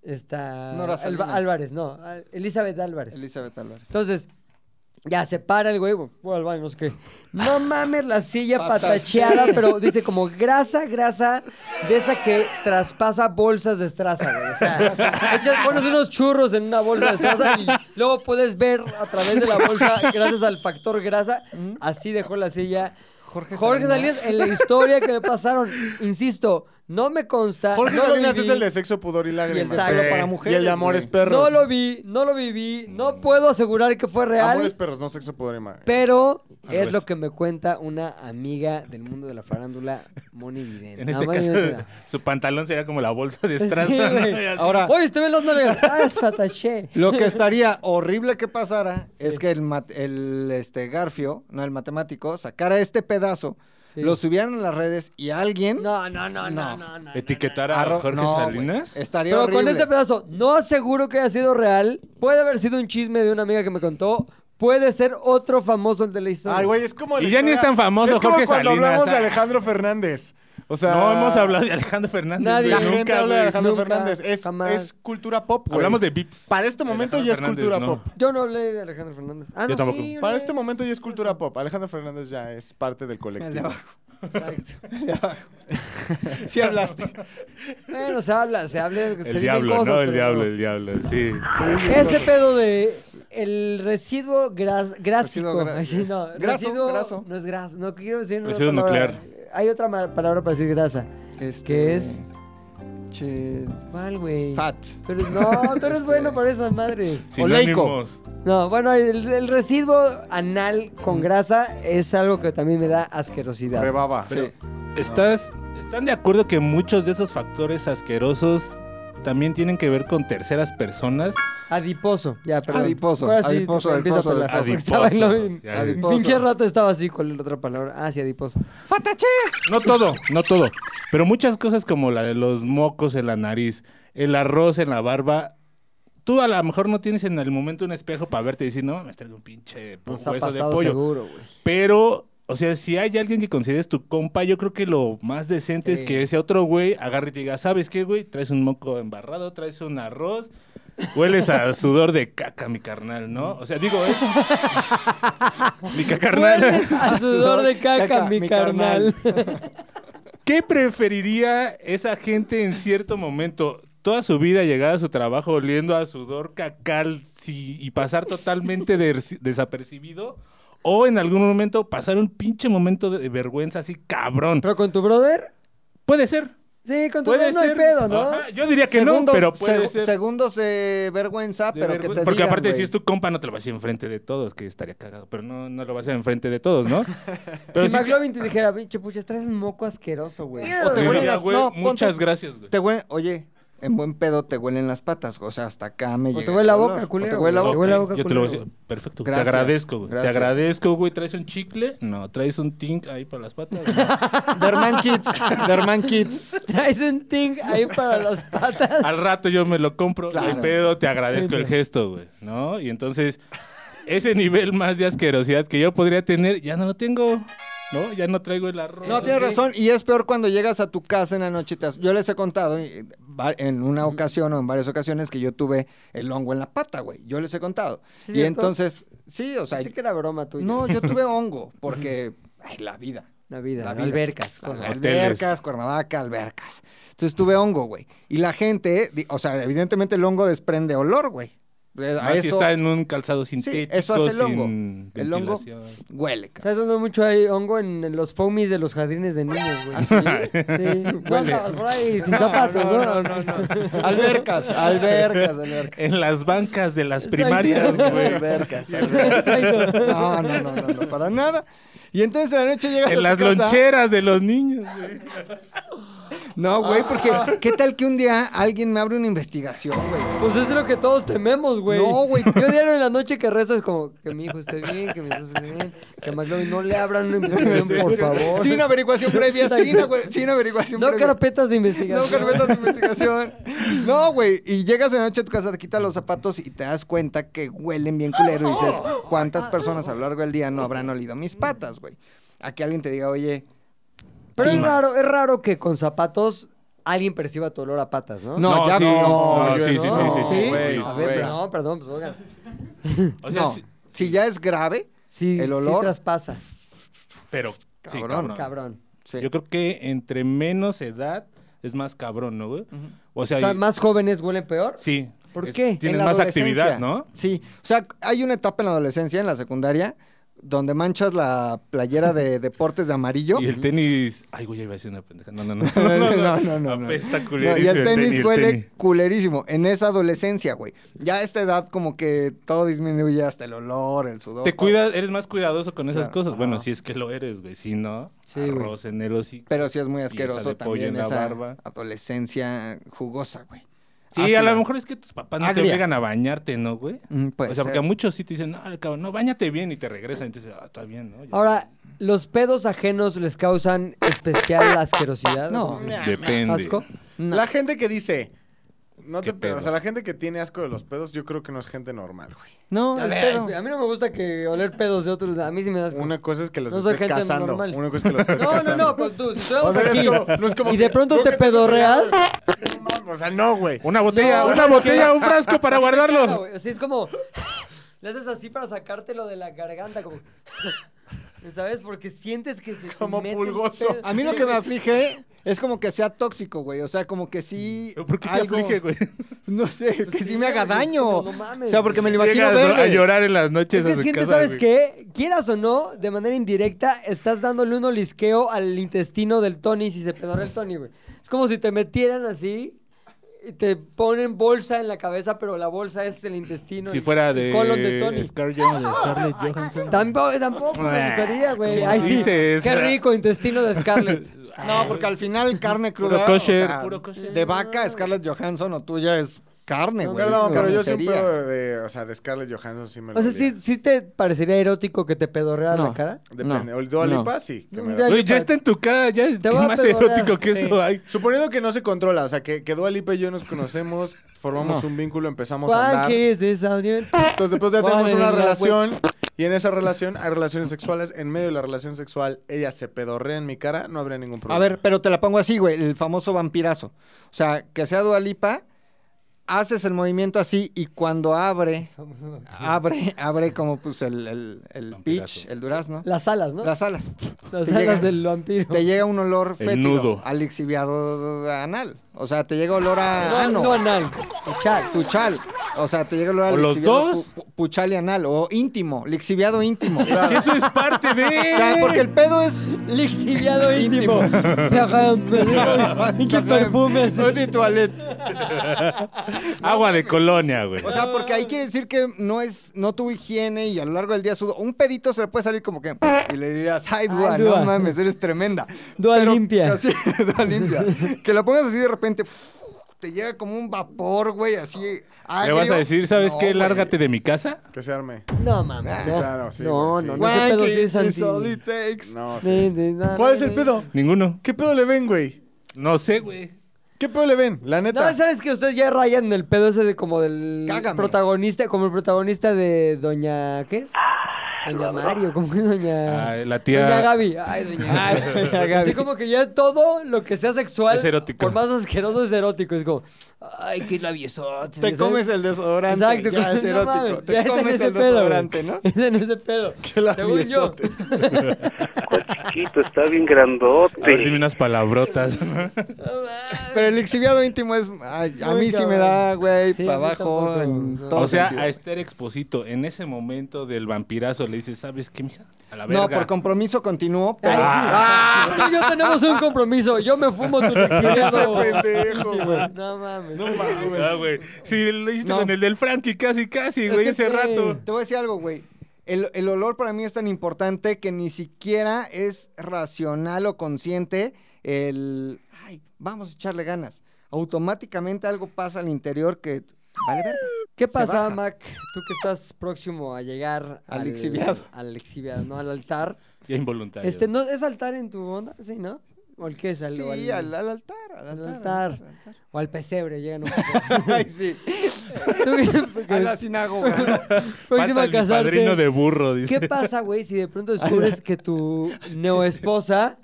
Está Nora Alba- Salinas. Álvarez, no, Al- Elizabeth Álvarez. Elizabeth Álvarez. Entonces, Ya se para el güey, voy al baño, no sé qué. No [LAUGHS] mames, la silla patacheada, pero dice como grasa, grasa, de esa que traspasa bolsas de estraza, güey. O [LAUGHS] sea, echas, pones unos churros en una bolsa de estraza y luego puedes ver a través de la bolsa, gracias al factor grasa, Mm. así dejó la silla. Jorge, Salinas. en la historia que me pasaron, insisto, no me consta. Jorge no lo Salinas es viví. el de sexo, pudor y lágrimas. Exacto, Sí. para Y mujeres, el de amores güey. perros. No lo vi, no lo viví, no puedo asegurar que fue real. Mm. Amores perros, no sexo, pudor y lágrimas. Pero Al es revés. lo que me cuenta una amiga del mundo de la farándula, Moni Vidente. En este Nada más y caso, [LAUGHS] nada. su pantalón sería como la bolsa de Ah, Sí, estraza. ¿no? güey. Y así. Ahora- Oye, te ven las nalgas. [LAUGHS] Ah, es fataché. Lo [LAUGHS] que estaría horrible que pasara es que el, mat- el este, Garfio, no el matemático, sacara este pedazo, Sí. lo subieran en las redes y alguien... No, no, no, no, No. no. no, etiquetar a arro- Jorge no, güey, Salinas. Estaría Pero con horrible. este pedazo, no aseguro que haya sido real. Puede haber sido un chisme de una amiga que me contó. Puede ser otro famoso el de la historia. Ay, güey, es como. la Y ya ni historia- es tan famoso Es como Jorge cuando Salinas, hablamos de ah. Alejandro Fernández. O sea. No hemos hablado de Alejandro Fernández. Nadie. güey. La Nunca, gente habla de güey, Alejandro nunca, Fernández. Es, jamás. es cultura pop. güey. Hablamos de Vips. Para este momento Alejandro ya es Fernández, cultura no. pop. Yo no hablé de Alejandro Fernández. Ah, Yo no, tampoco. sí, Para hablé. este momento ya es cultura pop. Alejandro Fernández ya es parte del El de colectivo. [LAUGHS] abajo, Exacto. el de abajo. Sí hablaste. Bueno, se habla, se habla. se dicen El diablo, cosas, ¿no? El pero diablo, el diablo, sí. Ese pedo de el residuo gras, grásico. Residuo gra- Ay, [LAUGHS] sí, no, graso, residuo graso. no es gras, no quiero decir una Residuo palabra. nuclear. Hay otra ma- palabra para decir grasa, Este, que es che, ¿cuál, güey? Fat. Este. Tú eres- no, tú eres bueno para esas madres. Oleico. Sinónimos. No, bueno, el, el residuo anal con grasa es algo que también me da asquerosidad. [LAUGHS] Rebaba. Pero, ¿estás, ¿Están de acuerdo que muchos de esos factores asquerosos también tienen que ver con terceras personas? Adiposo, ya, perdón. Adiposo, Ahora sí adiposo, te empiezo adiposo, a pelar. porque estaba en lo mismo. Ya, Adiposo. Pinche rato estaba así, ¿cuál es la otra palabra? Ah, sí, adiposo. No todo, no todo. Pero muchas cosas como la de los mocos en la nariz, el arroz en la barba. Tú a lo mejor no tienes en el momento un espejo para verte y decir, no, me traigo un pinche po- Nos ha hueso de pasado pollo. seguro, güey. Pero, o sea, si hay alguien que consideres tu compa, yo creo que lo más decente Sí. es que ese otro güey agarre y te diga, ¿sabes qué, güey? Traes un moco embarrado, traes un arroz, hueles a sudor de caca, mi carnal, ¿no? O sea, [LAUGHS] digo, es... mi carnal. Hueles a sudor de caca, mi, carnal. ¿Qué preferiría esa gente en cierto momento? Toda su vida llegar a su trabajo oliendo a sudor cacal sí, y pasar totalmente des- desapercibido. O en algún momento pasar un pinche momento de vergüenza así cabrón. ¿Pero con tu brother? Puede ser. Sí, con tu Puede brother no hay ser. pedo, ¿no? Ajá, yo diría que no, Segundos- pero puede seg- ser. Segundos de vergüenza, de pero que vergüenza. te Porque digan, aparte, si güey. es tu compa, no te lo vas a hacer enfrente de todos, que estaría cagado. Pero no, no lo vas a hacer enfrente de todos, [LAUGHS] ¿no? Pero si sí- McLovin te dijera, pinche pucha, traes un moco asqueroso, güey. O te Diría, huelen las- güey, no, muchas ponte- gracias, güey. Te huele- oye, en buen pedo te huelen las patas, o sea, hasta acá me O llega te huele la el olor. boca, O culero. Te huele la güey. boca. huele la boca, eh, Yo te lo voy a culero. decir. Perfecto. Gracias, te agradezco, güey. gracias. Te agradezco, güey. ¿Traes un chicle? No. ¿Traes un tink ahí para las patas? [LAUGHS] No. Derman Kids, [LAUGHS] Derman Kids. Traes un ting ahí para las patas. Al rato yo me lo compro. Claro. El pedo, te agradezco el gesto, güey. ¿No? Y entonces, ese nivel más de asquerosidad que yo podría tener, ya no lo tengo. ¿No? Ya no traigo el arroz. No, tienes razón. Y es peor cuando llegas a tu casa en la noche. y te has- Yo les he contado eh, va- en una ocasión o en varias ocasiones que yo tuve el hongo en la pata, güey. Yo les he contado. ¿Sí es y cierto? entonces, sí, o sea, Pensé que era broma tuya. no, [LAUGHS] yo tuve hongo porque ay, la vida. La vida, La ¿no? vida. albercas. cosas. Hoteles. Albercas, Cuernavaca, albercas. Entonces tuve hongo, güey. Y la gente, di- o sea, evidentemente el hongo desprende olor, güey. Eh, A Ahí está en un calzado sintético. eso hace el hongo. sin El hongo. ventilación. Huele, cabrón. ¿Sabes dónde mucho hay hongo? En, en los foamies de los jardines de niños, güey. ¿Sí? Sí. No andabas por ahí sin zapatos, ¿no? no, no, no. [LAUGHS] Albercas, albercas, albercas. En las bancas de las [LAUGHS] primarias, Exacto. güey. Albercas, albercas. No, no, no, no, no, para nada. Y entonces en la noche llegas a En tu las casa. loncheras de los niños, güey. No, güey, porque ¿qué tal que un día alguien me abre una investigación, güey? Pues es lo que todos tememos, güey. No, güey. Yo diario en la noche que rezo es como que mi hijo esté bien, que mi esposa esté bien, que a McLovin no le abran una investigación, por favor. Sin averiguación previa, sin, aver- sin averiguación no previa. carpetas de No, investigación. carpetas de investigación. No, güey. Y llegas de noche a tu casa, te quitas los zapatos y te das cuenta que huelen bien culero. Y [GASPS] dices, ¿cuántas personas a lo largo del día no habrán olido mis patas, güey? A que alguien te diga, oye, Pero es raro, es raro que con zapatos alguien perciba tu olor a patas, ¿no? No, ya sí, no, no, yo sí, sí, sí, no. sí, sí, ¿Sí? güey, a ver, güey. no, perdón, pues oigan. O sea, No. sí- Si ya es grave, Sí, El sí olor. traspasa. Pero, sí, Cabrón. cabrón. Cabrón. sí. Yo creo que entre menos edad es más cabrón, ¿no, güey? O sea, O sea, y- más jóvenes huelen peor. sí. ¿Por es- qué? Tienes En la más adolescencia. actividad, ¿no? Sí, o sea, hay una etapa en la adolescencia, en la secundaria, donde manchas la playera [LAUGHS] de deportes de amarillo. Y el tenis. Ay, güey, ya iba a decir una pendeja. No, no, no. [LAUGHS] No, no, no, no, no. Apesta No, culerísimo y el tenis huele el tenis. culerísimo en esa adolescencia, güey. Ya a esta edad como que todo disminuye hasta el olor, el sudor. Te todo. cuidas, eres más cuidadoso con esas Claro, cosas. Bueno, Ah, ajá. si es que lo eres, güey. Si no, Sí, güey. arroz en el hocico. Pero sí es muy esa asqueroso de pollo también en la esa barba. adolescencia jugosa, güey. Sí, Ácida. a lo mejor es que tus papás no te Agria. obligan a bañarte, ¿no, güey? Mm, Ah, puede o sea, porque ser. a muchos sí te dicen, no, cabrón, no, bañate bien y te regresan. Entonces, ah, está bien, ¿no? Ya. Ahora, ¿los pedos ajenos les causan especial asquerosidad? No. ¿O sea, Depende. ¿Asco? No. La gente que dice. No ¿Qué te pedo. pedo? O sea, la gente que tiene asco de los pedos, yo creo que no es gente normal, güey. No, A, el ver, pedo. a mí no me gusta que oler pedos de otros. A mí sí me das. Una cosa es que los No soy estés gente cazando. normal. Una cosa es que los [LAUGHS] estés No, pues, no, cazando. no, pero tú, si estamos O sea, es aquí como- no es como y de que- pronto creo te que no se pedorreas. No mames, O sea, no, güey. Una botella, No, una botella, un frasco para Claro, guardarlo. güey, o sea, es como. Le haces así para sacártelo de la garganta, como. [LAUGHS] ¿Sabes? Porque sientes que. se te Como mete un pulgoso. pedo. A mí lo que me aflige es como que sea tóxico, güey. O sea, como que sí. ¿Por qué te algo- aflige, güey? [LAUGHS] No sé, que sí, sí, me haga güey, es daño. como, no mames, o sea, porque me lo imagino Llegas verde. a llorar en las Es noches que a su sientes, casa, ¿sabes güey. qué? Quieras o no, de manera indirecta, estás dándole un olisqueo al intestino del Tony si se pedora el Tony, güey. Es como si te metieran así y te ponen bolsa en la cabeza, pero la bolsa es el intestino. Si el- fuera el de este, colon de Tony. Scarlett Johansson, de Scarlett Johansson. Tampoco, tampoco me gustaría, güey. Ah, ¿cómo Ay, sí. dices? Qué rico, intestino de Scarlett. [LAUGHS] No, porque al final carne Puro cruda. o kosher. sea, Puro kosher. De vaca, Scarlett Johansson o tuya es carne, No, güey. no, Perdón, es pero yo grosería. siempre de, o sea, de Scarlett Johansson sí me lo O sea, olía. ¿sí, sí te pareciera erótico que te pedorreara No. la cara? Depende. No, el Dua no. Lipa, sí. que me Ya da- Güey, ya está en tu cara, ya es Te voy a más perdonar. erótico que Sí. eso hay. Suponiendo que no se controla, o sea, que, que Dua Lipa y yo nos conocemos, formamos No. un vínculo, empezamos a Juan, andar. ¿qué es esa? Dime- Entonces después ya Vale, pues. tenemos una verdad, relación y en esa relación hay relaciones sexuales. En medio de la relación sexual, ella se pedorrea en mi cara, no habría ningún problema. A ver, pero te la pongo así, güey, el famoso vampirazo. O sea, que sea Dualipa, haces el movimiento así y cuando abre, abre, abre como pues el, el, el Vampirazo. peach, el durazno, Las alas, ¿no? Las, las alas. te alas llega- del vampiro. Te llega un olor El fétido, nudo. al lixiviado anal. O sea, te llega olor a No, ano, Ah, no anal. Escuchar. puchal. O sea, te llega olor a O los lixiviado dos. pu- pu- puchal y anal, o íntimo, lixiviado íntimo. Es que eso es parte de. [LAUGHS] O sea, porque el pedo es Lixiviado íntimo. Pinche perfume así. Eau de toilette. Agua de colonia, güey. O sea, porque ahí quiere decir que no es, no tuvo higiene y a lo largo del día sudo. Un pedito se le puede salir como que. Y le dirías, ay, Dua, Ay, no Dua. mames, eres tremenda. Dua Pero limpia. Así, [LAUGHS] Dua limpia. Que la pongas así de repente, te llega como un vapor, güey, así. Le agrio. vas a decir, ¿sabes No, qué? güey. Lárgate de mi casa. Que se arme. No, mames. Sí, claro, sí, No, güey, no, sí. no. ese pedo sí es Wanking anti- is all it takes. No, sí. Sí, sí, no, ¿Cuál no, es el no. pedo? Ninguno. ¿Qué pedo le ven, güey? No sé, güey. ¿Qué pedo le ven? La neta. No, sabes que ustedes ya rayan el pedo ese de como del Cágame. protagonista, como el protagonista de Doña. ¿Qué es? Doña Mario, como que Doña. Ah, la tía- Doña Gaby. Ay, Doña Gaby. Doña Gaby. Así como que ya todo lo que sea sexual. Es erótico. Por más asqueroso es erótico. Es como. Ay, qué labiosote. Te ¿sabes? comes el desodorante. Exacto, ya es no erótico. mames, te ya es en comes ese el pedo, desodorante, güey. ¿no? Es en [LAUGHS] ese [LAUGHS] pedo. Según yo. ¿Cuál chiquito? Está bien grandote. A ver, dime unas palabrotas. Pero el exhibiado íntimo es. ay, a Muy mí sí me cabrón. da, güey, Sí, a para mí abajo. tampoco, en no. todo o sea, sentido. a Esther Exposito, en ese momento del vampirazo le dices, ¿sabes qué, mija? A la verga. No, por compromiso continuó, Ay, pero. Ah. sí. Tú y yo tenemos un compromiso. Yo me fumo [LAUGHS] tu Eso, lixiviado. pendejo, güey. No mames. No mames, ah, güey. Sí, lo hiciste No. con el del Frankie, casi, casi, Es güey, que hace te- rato. Te voy a decir algo, güey. El, el olor para mí es tan importante que ni siquiera es racional o consciente el. Ay, vamos a echarle ganas. Automáticamente algo pasa al interior que. Vale, verga. ¿Qué Se pasa, baja. Mac? Tú que estás próximo a llegar Al lixiviado. Al lixiviado, no, al altar. Ya involuntario. Este, ¿no? ¿Es altar en tu onda? Sí, ¿no? ¿O el qué es? Al, o, Sí, al, al altar. Al al altar. altar. o al pesebre, llegan un poco. [LAUGHS] [LAUGHS] Ay, sí. Tú que- A [LAUGHS] la sinagoga. próximo Falta a mi padrino casarte. de burro, dice. [LAUGHS] ¿Qué pasa, güey, si de pronto descubres que tu neoesposa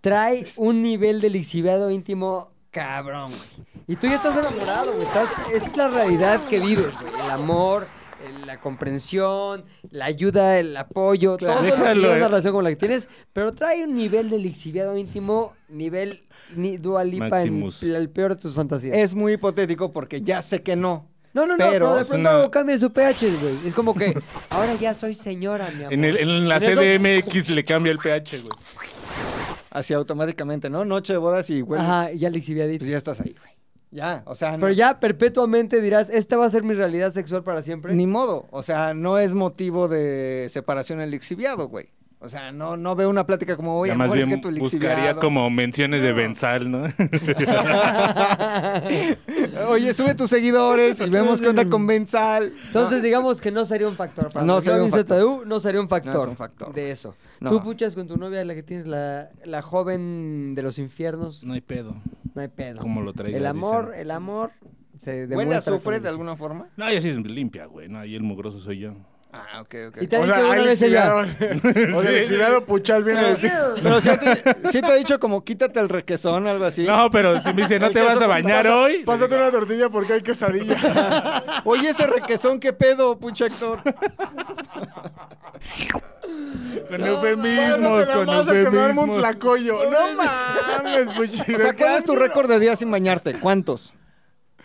trae un nivel de lixiviado íntimo cabrón, güey? Y tú ya estás enamorado, güey. estás- Es la realidad que vives, güey. El amor, el- la comprensión, la ayuda, el apoyo, Claro. todo lo que Déjalo, lleva una eh. relación con la que tienes, pero trae un nivel de lixiviado íntimo, nivel ni dualipa en Maximus. el peor de tus fantasías. [LAUGHS] Es muy hipotético porque ya sé que no. no, no, no, pero pero de es pronto una- cambia su pH, güey. Es como [LAUGHS] que ahora ya soy señora, mi amor. En, el- en la En eso- CDMX le cambia el pH, güey. Así automáticamente, ¿no? Noche de bodas y güey. Ajá, ya lixiviadito. Pues ya estás ahí, güey. Ya, o sea, no- Pero ya perpetuamente dirás, esta va a ser mi realidad sexual para siempre. [LAUGHS] ni modo. O sea, no es motivo de separación el lixiviado, güey. O sea, no, no veo una plática como, oye, Ya amor, más es bien que tu buscaría lixiviado... como menciones de Benzal, ¿no? [LAUGHS] Oye, sube tus seguidores y vemos qué onda [LAUGHS] con Benzal. Entonces, digamos que no sería un factor. Para No los sería un Robin factor. ZDU, no sería un factor. No es un factor. De eso. No. Tú puchas con tu novia, la que tienes, la, la joven de los infiernos. [LAUGHS] No hay pedo. No hay pedo. Como lo traiga, El amor, dicen. el amor se No. demuestra. ¿Huele a azufre con eso. de alguna forma? No, ella sí es limpia, güey. No, ahí el mugroso soy yo. Ah, ok, ok. Y te ha O dicho sea, alguna Alex vez ella. [LAUGHS] Hidalgo- o sea, Alex Hidalgo Puchal viene de ti. Pero sí te, sí te ha dicho como, quítate el requesón o algo así. No, pero si me dice, ¿no El te vas caso- a bañar hoy? Pásate una tortilla porque [LAUGHS] hay quesadilla. Oye, ese requesón, ¿qué pedo, [LAUGHS] pucha Héctor? Con Pásate eufemismos, la con masa que me arma un eufemismos. tlacoyo. No mames, [LAUGHS] Puchil. O sea, ¿cuál es tu récord de días sin [LAUGHS] bañarte? ¿Cuántos?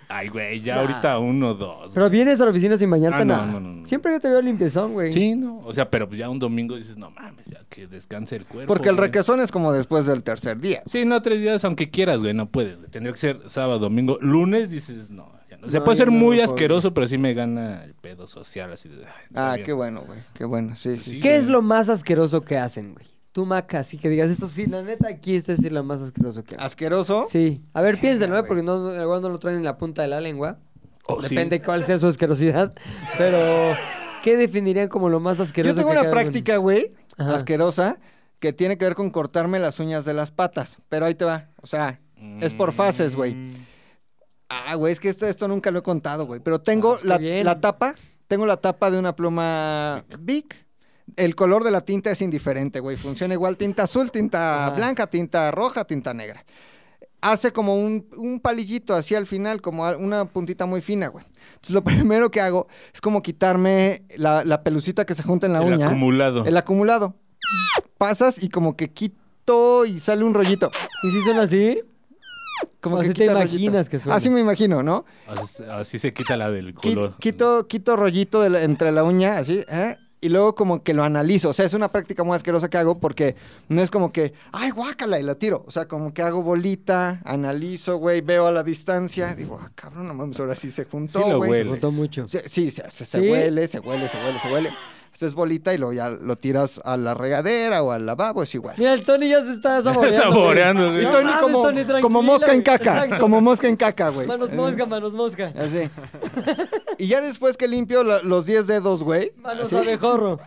Ay, güey, ya ahorita uno, dos. Pero vienes a la oficina sin bañarte Ah, no, nada. no, no, no. Siempre yo te veo limpiezón, güey. Sí, no. O sea, pero pues ya un domingo dices, no mames, ya que descanse el cuerpo. Porque el güey". requesón es como después del tercer día. Sí, no, tres días, aunque quieras, güey, no puedes. güey. Tendría que ser sábado, domingo. Lunes dices, no. ya no. O sea, No, puede ya ser no, muy no puedo. asqueroso, pero sí me gana el pedo social, así de. ay, está Ah, bien. Pues qué bueno, güey. Qué bueno. Sí, sí, sí. ¿Qué es lo más asqueroso que hacen, güey? Tú, Maca, así que digas, esto sí, la neta, aquí este sí es lo más asqueroso que hacen. ¿Asqueroso? Sí. A ver, piénsalo, ¿eh? güey. Porque no, igual no lo traen en la punta de la lengua. Oh, sí. Depende cuál sea su asquerosidad. Pero, ¿qué definirían como lo más asqueroso? Yo tengo que una hagan? práctica, güey, Ajá. asquerosa, que tiene que ver con cortarme las uñas de las patas. Pero ahí te va. O sea, es por fases, güey. Ah, güey, es que esto, esto nunca lo he contado, güey. Pero tengo Ah, está la, bien. la tapa, tengo la tapa de una pluma Bic. El color de la tinta es indiferente, güey. Funciona igual tinta azul, tinta Ajá. blanca, tinta roja, tinta negra. Hace como un, un palillito así al final, como a- una puntita muy fina, güey. Entonces lo [LAUGHS] primero que hago es como quitarme la, la pelucita que se junta en la el uña. ¿eh? acumulado. El acumulado. Pasas y como que quito y sale un rollito. ¿Y si son así? Como Así que te quita imaginas que suena. Así me imagino, ¿no? Así, así se quita la del Qui- color. [LAUGHS] quito, quito rollito de la- entre la uña, así, ¿eh? Y luego como que lo analizo. O sea, es una práctica muy asquerosa que hago porque no es como que, ay, guácala, y la tiro. O sea, como que hago bolita, analizo, güey, veo a la distancia. Digo, ah, cabrón, no mames, ahora sí se juntó, Sí lo güey. huele. Notó mucho. Sí, sí, se, se- se ¿Sí? huele, se huele, se huele, se huele. Haces bolita y luego ya lo tiras a la regadera o al lavabo, es igual. Mira, el Tony ya se [LAUGHS] está saboreando. Saboreando, güey. güey. Y No Tony mames, como, Tony, tranquilo, como mosca en güey. caca, Exacto. como mosca en caca, güey. Manos mosca, manos mosca. Así. Y ya después que limpio la- los 10 dedos, güey. Manos así, [LAUGHS] abejorro.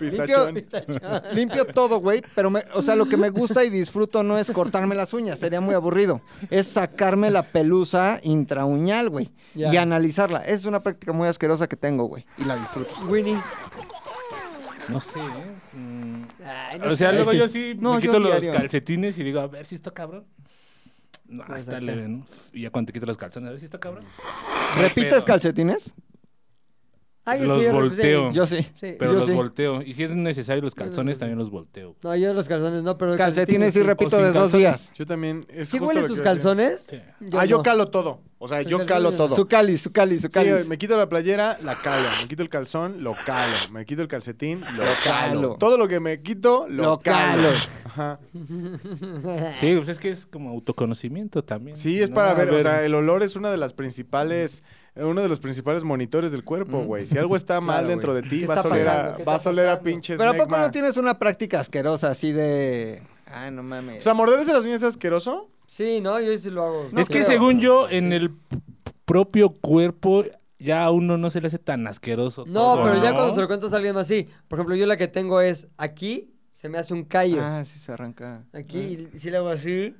Limpio, limpio todo, güey. Pero, me- o sea, lo que me gusta y disfruto no es cortarme las uñas, sería muy aburrido. Es sacarme la pelusa intrauñal, güey. Ya. Y analizarla. Es una práctica muy asquerosa que tengo, güey. Y la disfruto. Winnie. No sé, ¿eh? Mm. Ay, no O sea, sé. luego sí. yo sí No, me yo quito los diario. calcetines y digo, a ver si está cabrón. No, Pues está acá. leve, ¿no? Y ya cuando te quito los calzones, a ver si está cabrón. ¿Repites Pero- calcetines? Ay, yo los sí, yo- volteo. sí. Yo sí. Sí. Pero yo los sí. volteo. Y si es necesario los calzones, también los volteo. No, yo los calzones no, pero. Calcetines y repito O sin de dos calzones. días. Yo también. Es ¿Sí justo hueles lo tus que iba a decir. calzones? Sí. ah, yo no. calo todo. O sea, yo calzones calo no. todo. Su cali, su cali, su cali. Sí, eh, me quito la playera, la calo. Me quito el calzón, lo calo. Me quito el calcetín, lo, calo. calo. Todo lo que me quito, lo, Lo calo. calo. Ajá. Sí, pues es que es como autoconocimiento también. Sí, es ¿no? para A ver, o sea, el olor es una de las principales, eh, uno de los principales monitores del cuerpo, güey. Si algo está mal Claro, dentro güey. de ti, ¿Qué vas a está oler a, pasando? ¿Qué vas está a oler a pasando? pinches Pero ¿a poco megma. no tienes una práctica asquerosa así de. Ah, no mames. O sea, morderse las uñas es asqueroso. Sí, no, yo sí lo hago. es que según yo, en el p- propio cuerpo ya a uno no se le hace tan asqueroso. No, Oh, todo, pero ya cuando se lo cuentas a alguien más, sí. Por ejemplo, yo la que tengo es aquí, se me hace un callo. Ah, sí, se arranca. Aquí, y si le hago así,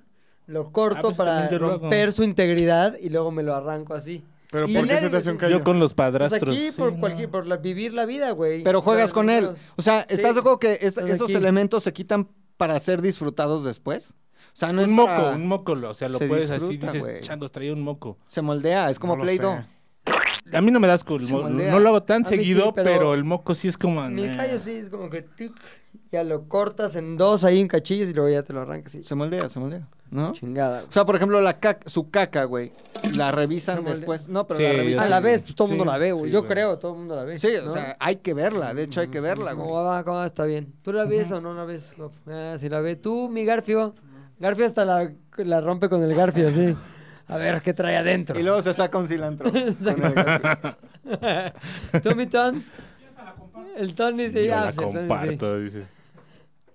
lo corto Ah, pues para también yo lo hago. romper su integridad y luego me lo arranco así. Pero Y ¿por qué nadie se te hace un dice- callo? Yo con los Pues padrastros. aquí, sí, por no. cualquier, por la- vivir la vida, güey. Pero O sea, juegas de con él. todos. O sea, Sí. ¿estás de acuerdo que es- Entonces esos aquí. elementos se quitan para ser disfrutados después? O sea, no es un moco, para- un moco, lo- o sea, lo Se puedes así, disfruta, dices, güey. changos, traía un moco. Se moldea, es como No lo Play-Doh. sé. A mí no me das asco. el Se mo- moldea. No lo hago tan A mí seguido, sí, pero- pero... el moco sí es como. Mi nah. callo sí es como que tic, ya lo cortas en dos ahí en cachillos y luego ya te lo arrancas y Se moldea, se moldea, ¿no? chingada. O sea, por ejemplo, la caca- su caca, güey, la Se revisan moldea. después. No, pero Sí, la yo revisan. A sí. la vez, pues todo el Sí, mundo la ve, güey. sí, Yo güey. creo, todo el mundo la ve. Sí, o ¿no? sea, hay que verla. De hecho, hay que verla, ¿Cómo güey. va? ¿Cómo va? Está bien. ¿Tú la ves o no la ves? No. Ah, si la ve. Tú, mi Garfio. Garfio hasta la, la rompe con el Garfio, así. A ver qué trae adentro. [LAUGHS] Y luego se saca un cilantro. Con el- Tú, mi Tons. El Tony Yo dice, la comparto, dice.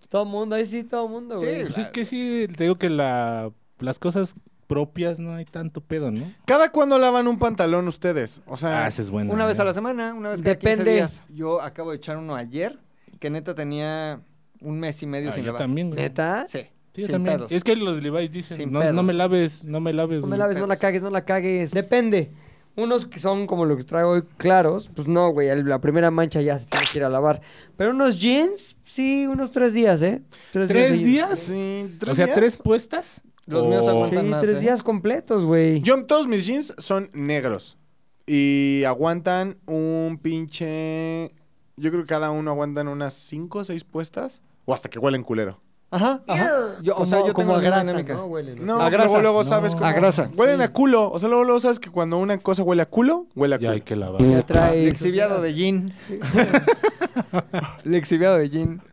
Todo el mundo, ahí sí, todo el mundo, Sí, güey. Pues es que sí, te digo que la, las cosas propias no hay tanto pedo, ¿no? ¿Cada cuándo lavan un pantalón ustedes? O sea, Ah, esa es buena. Una vez a la ¿eh? semana, una vez cada 15 Depende. días. Yo acabo de echar uno ayer, que neta tenía un mes y medio Ah, sin yo lavar. también, güey. ¿Neta? Sí, Sí, yo sin también. pedos. Es que los Levi's dicen, Sin no, no me pedos. laves, no me laves. No me laves, no la pedos. cagues, no la cagues. Depende. Unos que son como los que traigo hoy claros, pues no, güey. el- La primera mancha ya se tiene que ir a lavar. Pero unos jeans, sí, unos tres días, ¿eh? ¿Tres seguidos. días? ah, sí, O sea, días? ¿tres puestas? Oh, Los míos Sí, aguantan. Aguantan más, tres ¿eh? días completos, güey. Yo, todos mis jeans son negros. Y aguantan un pinche. Yo creo que cada uno aguantan unas 5 o 6 puestas. O hasta que huelen culero. Ajá, ajá. Yo, o Como- sea, como yo tengo la misma grasa, dinámica. ¿no? Huele, ¿no? No, A grasa. luego, luego No. sabes cómo. A grasa. Huelen a culo. O sea, luego, luego sabes que cuando una cosa huele a culo, huele a Ya culo. hay que lavar. Ya trae Lexiviado suciedad. de jean. [LAUGHS] Lexiviado de jean. [LAUGHS]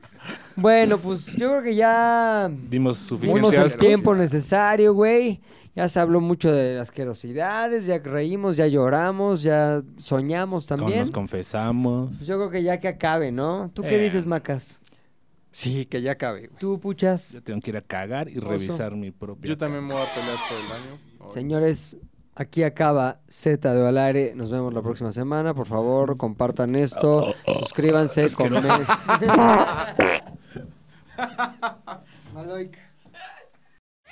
Bueno, pues yo creo que ya Dimos suficiente dimos el asco. tiempo necesario, güey. Ya se habló mucho de las asquerosidades, ya reímos, ya lloramos, ya soñamos Con- también. Nos confesamos. Pues yo creo que ya que acabe, ¿no? ¿Tú qué Eh. dices, Macas? Sí, que ya cabe. güey. ¿Tú, Puchas? Yo tengo que ir a cagar y Oso. revisar mi propia. Yo también me voy a pelear por el baño. Señores, aquí acaba Z de Alaire. Nos vemos la próxima semana. Por favor, compartan esto. Suscríbanse, comenten. [LAUGHS]